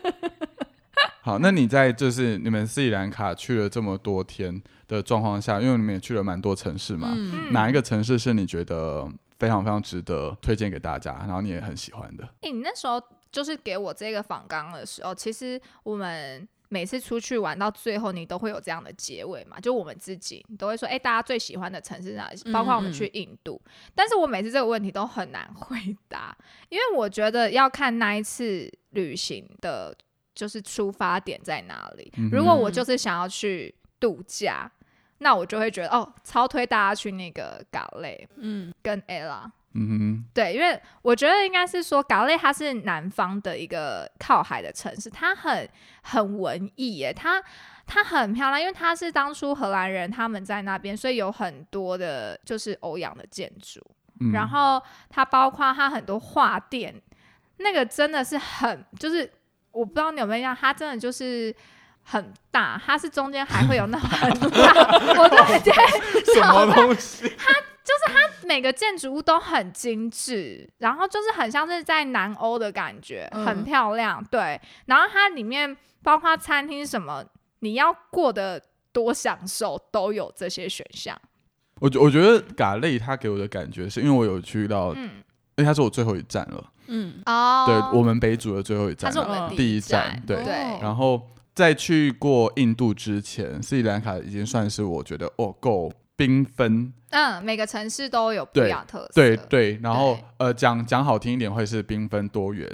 Speaker 3: 好，那你在就是你们斯里兰卡去了这么多天的状况下，因为你们也去了蛮多城市嘛，
Speaker 2: 嗯，
Speaker 1: 嗯
Speaker 3: 哪一个城市是你觉得非常非常值得推荐给大家，然后你也很喜欢的？
Speaker 1: 哎、你那时候就是给我这个访纲的时候，其实我们每次出去玩到最后，你都会有这样的结尾嘛？就我们自己，你都会说，哎、大家最喜欢的城市是哪里？包括我们去印度，但是我每次这个问题都很难 回答，因为我觉得要看那一次旅行的，就是出发点在哪里。如果我就是想要去度假。那我就会觉得哦，超推大家去那个港类
Speaker 2: 嗯
Speaker 1: 跟 ella，
Speaker 3: 嗯
Speaker 1: 对，因为我觉得应该是说，港类它是南方的一个靠海的城市，它很很文艺耶，它它很漂亮，因为它是当初荷兰人他们在那边，所以有很多的就是欧洋的建筑，
Speaker 3: 哼，嗯
Speaker 1: 然后它包括它很多画店，那个真的是很就是我不知道你有没有印象，它真的就是。很大，它是中间还会有那种很大，我对对，
Speaker 3: 什么东西？
Speaker 1: 每个建筑物都很精致，然后就是很像是在南欧的感觉，
Speaker 2: 嗯
Speaker 1: 很漂亮。对，然后它里面包括餐厅什么，你要过得多享受都有这些选项。
Speaker 3: 我觉我觉得嘎累他给我的感觉是因为我有去到，因
Speaker 1: 嗯，
Speaker 3: 为他是我最后一站了，
Speaker 2: 嗯，
Speaker 1: 哦嗯
Speaker 3: 对我们北组的最后一
Speaker 1: 它
Speaker 3: 站
Speaker 1: 是我
Speaker 3: 了，
Speaker 1: 们
Speaker 2: 第
Speaker 1: 第
Speaker 3: 一站对
Speaker 1: 对，
Speaker 2: 哦
Speaker 3: 然后在去过印度之前，斯里兰卡已经算是我觉得哦够缤纷，
Speaker 1: 嗯，每个城市都有不一
Speaker 3: 对
Speaker 1: 样的特色。
Speaker 3: 对对，然后
Speaker 1: 对
Speaker 3: 呃讲讲好听一点会是缤纷多元，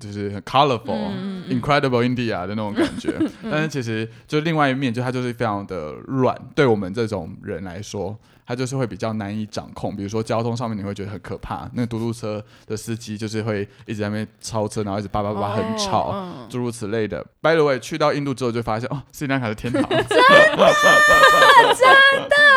Speaker 3: 就是很 colorful、
Speaker 2: 嗯嗯嗯
Speaker 3: Incredible India 的那种感觉，但是其实就另外一面，就它就是非常的乱，对我们这种人来说，它就是会比较难以掌控。比如说交通上面，你会觉得很可怕，那个嘟嘟车的司机就是会一直在那边超车，然后一直叭叭叭叭很吵，
Speaker 2: 哦
Speaker 3: 诸如此类的。By the way，去到印度之后就发现，哦，斯里兰卡是天堂。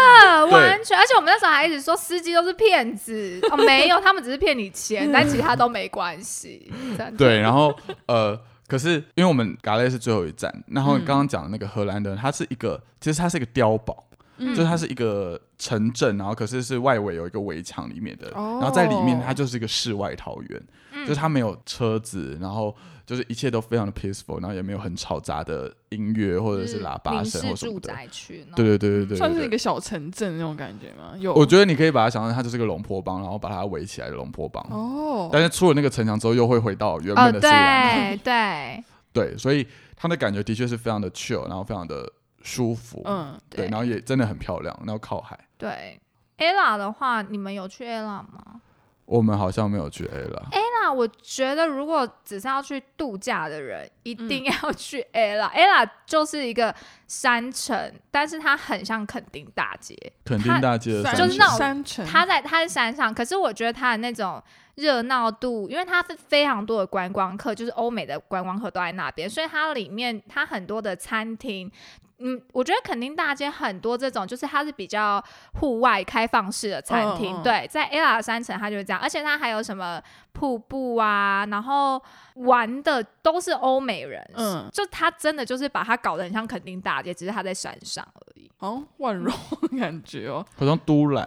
Speaker 1: 啊，
Speaker 3: 对
Speaker 1: 完全，而且我们那时候还一直说司机都是骗子，哦，没有，他们只是骗你钱，但其他都没关系。真的
Speaker 3: 对，然后呃，可是因为我们嘎雷是最后一站，
Speaker 2: 嗯
Speaker 3: 然后你刚刚讲的那个荷兰人，他是一个，其实他是一个碉堡，
Speaker 2: 嗯
Speaker 3: 就是它是一个城镇，然后可是是外围有一个围墙里面的，
Speaker 2: 哦嗯
Speaker 3: 然后在里面它就是一个世外桃源，就是它没有车子，然后就是一切都非常的 peaceful，然后也没有很嘈杂的音乐或者
Speaker 2: 嗯
Speaker 3: 是喇叭声
Speaker 1: 民
Speaker 3: 或
Speaker 1: 事
Speaker 3: 什么
Speaker 1: 住
Speaker 3: 的。
Speaker 1: 宅区那种，
Speaker 3: 对对对对对
Speaker 2: 算是
Speaker 3: 对
Speaker 2: 一个小城镇那种感觉吗？有，
Speaker 3: 我觉得你可以把它想象它就是个龙坡帮，然后把它围起来的龙坡帮。
Speaker 2: 哦，
Speaker 3: 但是出了那个城墙之后，又会回到原
Speaker 1: 哦，
Speaker 3: 本的自然。
Speaker 1: 对对
Speaker 3: 对，所以它的感觉的确是非常的 chill，然后非常的舒服。
Speaker 2: 嗯，
Speaker 3: 对，然后也真的很漂亮，然后靠海。
Speaker 1: 对。ella 的话，你们有去 ella 吗
Speaker 3: 我们好像没有去 A 了。
Speaker 1: ？ella，我觉得如果只是要去度假的人，一定要去 ella。ella 就是一个山城，但是它很像垦丁大街，
Speaker 3: 肯定大街的
Speaker 2: 山
Speaker 3: 山
Speaker 1: 就是那
Speaker 3: 城
Speaker 1: 种
Speaker 2: 山城，
Speaker 1: 它在它是山上，可是我觉得它的那种热闹度，因为它是非常多的观光客，就是欧美的观光客都在那边，所以它里面它很多的餐厅。嗯，我觉得垦丁大街很多这种，就是它是比较户外开放式的餐厅。
Speaker 2: 嗯嗯
Speaker 1: 对，在 ella 山城它就是这样，而且它还有什么瀑布啊，然后玩的都是欧美人，
Speaker 2: 嗯
Speaker 1: 就它真的就是把它搞得很像垦丁大街，只是它在山上而已，
Speaker 2: 哦，万荣的
Speaker 3: 嗯
Speaker 2: 感觉哦，
Speaker 3: 好像都兰，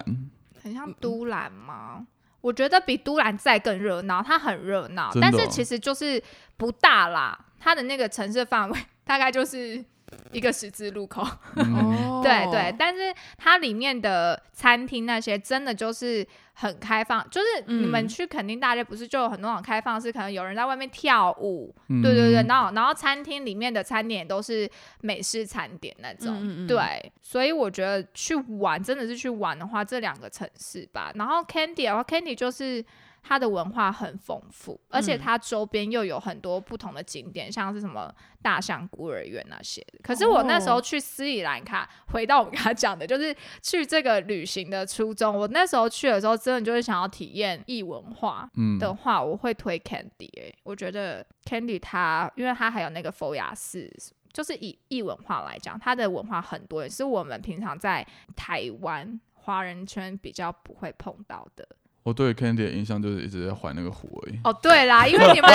Speaker 1: 很
Speaker 3: 嗯
Speaker 1: 像都兰吗？我觉得比都兰再更热闹，它很热闹，
Speaker 3: 真的
Speaker 1: 但
Speaker 3: 哦
Speaker 1: 是其实就是不大啦，它的那个城市范围大概就是 一个十字路口，
Speaker 3: 嗯，
Speaker 2: 哦，
Speaker 1: 对对，，但是它里面的餐厅那些真的就是很开放，就是
Speaker 2: 嗯
Speaker 1: 你们去垦丁大街不是就有很多那种开放式，可能有人在外面跳舞，
Speaker 3: 嗯
Speaker 1: 对对对，，然后然后餐厅里面的餐点也都是美式餐点那种，
Speaker 2: 嗯嗯嗯
Speaker 1: 对，所以我觉得去玩真的是去玩的话，这两个城市吧。然后 Candy 的话，Candy 就是它的文化很丰富，而且它周边又有很多不同的景点，像是什么大象孤儿院那些的。可是我那时候去斯里兰卡，回到我们刚才讲的，就是去这个旅行的初衷。我那时候去的时候，真的就是想要体验异文化
Speaker 3: 嗯，
Speaker 1: 的话，我会推 Candy、欸。我觉得 Candy 它，因为它还有那个佛雅寺。就是以异文化来讲，它的文化很多，也是我们平常在台湾华人圈比较不会碰到的。
Speaker 3: 我对 Candy 的印象就是一直在环那个湖而已。
Speaker 1: 哦，对啦，因为你们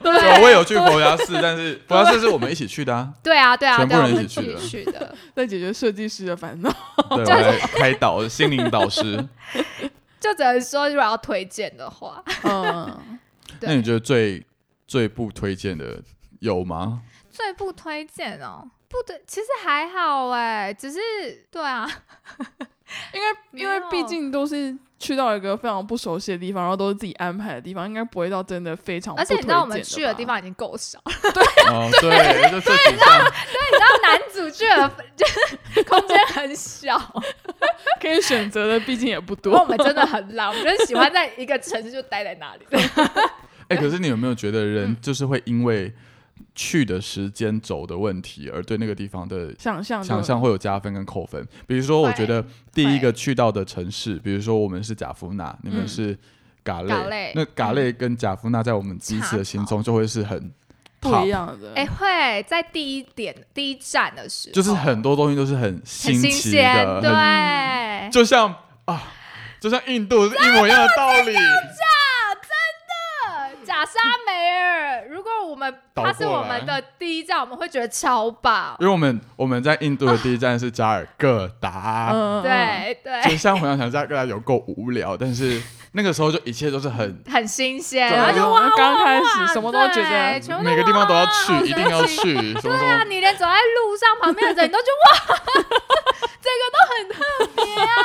Speaker 1: 都
Speaker 3: 对，啊
Speaker 1: 对
Speaker 3: 我也有去佛牙寺，但是佛牙寺是我们一起去的 啊，
Speaker 1: 对啊，对啊，
Speaker 3: 全部
Speaker 1: 对啊，我
Speaker 3: 人一
Speaker 1: 们
Speaker 3: 起
Speaker 1: 自己去
Speaker 3: 去的
Speaker 1: 的，
Speaker 2: 在解决设计师的烦恼。
Speaker 3: 对，我来开导心灵导师。
Speaker 1: 就只能说如果要推荐的话，
Speaker 2: 嗯，
Speaker 3: 那
Speaker 1: 对，
Speaker 3: 你觉得最最不推荐的 有吗？
Speaker 1: 最不推荐哦，不推，其实还好哎，只是对啊，
Speaker 3: 哦
Speaker 2: 应该因为
Speaker 1: 没有
Speaker 2: 毕竟都是去到一个非常不熟悉的地方，然后都是自己安排的地方，应该不会到真的非常不
Speaker 1: 而且你知道我们
Speaker 2: 推
Speaker 1: 去
Speaker 2: 荐
Speaker 1: 的
Speaker 2: 吧
Speaker 1: 地，方已经够少，了，
Speaker 3: 哦，对，就这几项。
Speaker 1: 你知道男主去的 就是空间很小，
Speaker 2: 可以选择的毕竟也不
Speaker 1: 不过我
Speaker 2: 多。
Speaker 1: 们真的很懒，我们就是喜欢在一个城市就待在 那里。
Speaker 3: 哎、可是你有没有觉得人就是会因为去的时间轴的问题，而对那个地方的
Speaker 2: 想象的
Speaker 3: 想象会有加分跟扣分？比如说，我觉得第一个去到的城市，比如说我们是贾夫纳，你们是嗯嘎嗯类，
Speaker 1: 嘎类
Speaker 3: 那嘎类跟贾夫纳在我们彼此的心中就会是很
Speaker 2: 不一
Speaker 3: top，
Speaker 2: 样的。
Speaker 1: 哎，会在第一点第一站的时候，
Speaker 3: 就是很多东西都是很
Speaker 1: 很
Speaker 3: 新
Speaker 1: 新
Speaker 3: 奇的，
Speaker 1: 鲜，
Speaker 3: 很
Speaker 1: 对。
Speaker 3: 就像啊，就像印度是一模一样的道理。嗯
Speaker 1: 假沙梅尔，如果我们
Speaker 3: 倒
Speaker 1: 他是
Speaker 3: 过
Speaker 1: 我
Speaker 3: 来
Speaker 1: 们的第一站，我们会觉得超棒。
Speaker 3: 因为我们我们在印度的第一站是加尔各答，
Speaker 2: 嗯，嗯，
Speaker 1: 对
Speaker 3: 就
Speaker 1: 对，
Speaker 3: 现在回想起来，加尔各答有够无聊，但是那个时候就一切都是很，
Speaker 1: 很新鲜，
Speaker 3: 对
Speaker 1: 然后就哇
Speaker 2: 我们刚开始
Speaker 1: 哇
Speaker 2: 什么都觉得
Speaker 1: 对 全部都
Speaker 3: 嗯每个地方都要去
Speaker 1: 哇，
Speaker 3: 一定要去， 什么什
Speaker 1: 对啊，
Speaker 3: 么。
Speaker 1: 你连走在路上旁边的人，你都觉得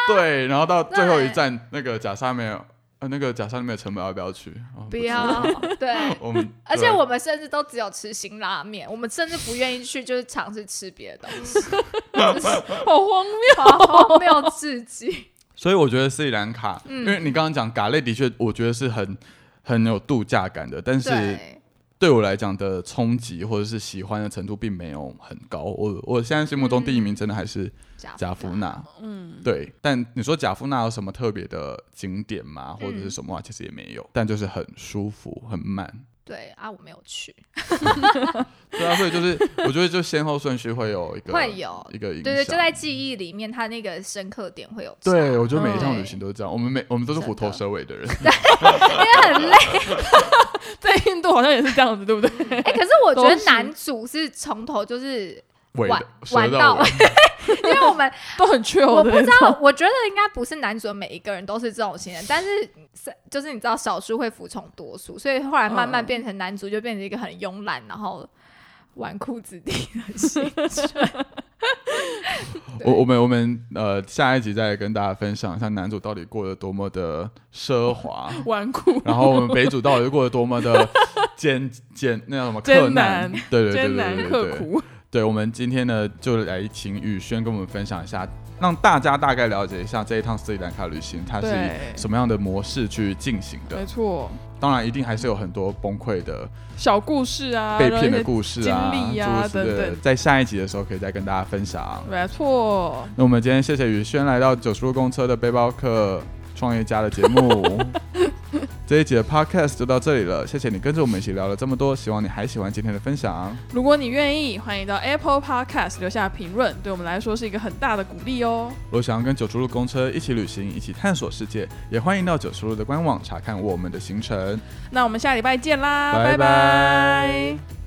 Speaker 3: 对，然后到最后一站那个假沙没有，呃，那个假沙没有成本要不要去？哦、
Speaker 1: 哇，
Speaker 3: 不
Speaker 1: 不
Speaker 3: 知
Speaker 1: 要
Speaker 3: 道。
Speaker 1: 对。
Speaker 3: 我们啊
Speaker 1: 而且我们甚至都只有吃辛拉面，我们甚至不愿意去，就是尝试吃别的 东西，
Speaker 2: 好荒谬。
Speaker 1: 好没有至 极。
Speaker 3: 所以我觉得斯里兰卡，
Speaker 1: 嗯
Speaker 3: 因为你刚刚讲嘎类的确，我觉得是很很有度假感的，但是
Speaker 1: 对，
Speaker 3: 对我来讲的冲击或者是喜欢的程度并没有很高。我我现在心目中第一名真的还是
Speaker 1: 假
Speaker 3: 贾夫纳，
Speaker 2: 嗯，
Speaker 3: 对。但你说贾夫纳有什么特别的景点吗，或者是
Speaker 1: 嗯
Speaker 3: 什么啊？其实也没有，但就是很舒服，很慢。
Speaker 1: 对啊，我没有去，
Speaker 3: 对啊，所以就是 我觉得就先后顺序会有一个
Speaker 1: 会有
Speaker 3: 一啊个影响。
Speaker 1: 对对，就在记忆里面，它那个深刻点会有差。
Speaker 3: 对，我觉得每一
Speaker 1: 嗯
Speaker 3: 趟旅行都是这样，我们每我们都是虎头蛇尾的 人，
Speaker 2: 在印度好像也是这样子，对不对？
Speaker 1: 哎、可是我觉得
Speaker 2: 都是
Speaker 1: 男主是从头就是，
Speaker 3: 尾
Speaker 1: 玩
Speaker 3: 的蛇
Speaker 1: 玩到
Speaker 3: 尾。
Speaker 1: 因为我们
Speaker 2: 都很 chill 的
Speaker 1: 我不知
Speaker 2: 那种
Speaker 1: 道，我觉得应该不是男主的每一个人都是这种型人，但是是就是你知道少数会服从多数，所以后来慢慢
Speaker 2: 嗯
Speaker 1: 变成男主就变成一个很慵懒，然后纨绔子弟的型。
Speaker 3: 我我们我们呃下一集再跟大家分享一下男主到底过得多么的 奢华，
Speaker 2: 纨绔。
Speaker 3: 然后我们北主到底过得多么的艰艰那叫 什么
Speaker 2: 艰
Speaker 3: 克
Speaker 2: 难？
Speaker 3: 难对对对
Speaker 2: 艰
Speaker 3: 对对
Speaker 2: 难
Speaker 3: 对
Speaker 2: 刻
Speaker 3: 对。
Speaker 2: 苦，
Speaker 3: 对，我们今天呢就来请宇轩跟我们分享一下，让大家大概了解一下这一趟斯里兰卡旅行它是
Speaker 2: 对
Speaker 3: 以什么样的模式去进行的
Speaker 2: 没。错，
Speaker 3: 当然，一定还是有很多崩溃的
Speaker 2: 小故事啊，
Speaker 3: 被
Speaker 2: 然
Speaker 3: 骗
Speaker 2: 后一
Speaker 3: 的
Speaker 2: 些
Speaker 3: 故事啊，
Speaker 2: 经历啊
Speaker 3: 诸如此类的
Speaker 2: 等等
Speaker 3: 在下一集的时候可以再跟大家分享。
Speaker 2: 没错，
Speaker 3: 那我们今天谢谢宇轩来到九十路公车的背包客创业家的节 目。这一集的 podcast 就到这里了，谢谢你跟着我们一起聊了这么多，希望你还喜欢今天的分享。
Speaker 2: 如果你愿意，欢迎到 Apple Podcast 留下评论，对我们来说是一个很大的鼓励哦。
Speaker 3: 如果想要跟九十路公车一起旅行，一起探索世界，也欢迎到九十路的官网查看我们的行程。
Speaker 2: 那我们下礼拜见啦，
Speaker 3: 拜拜
Speaker 2: 拜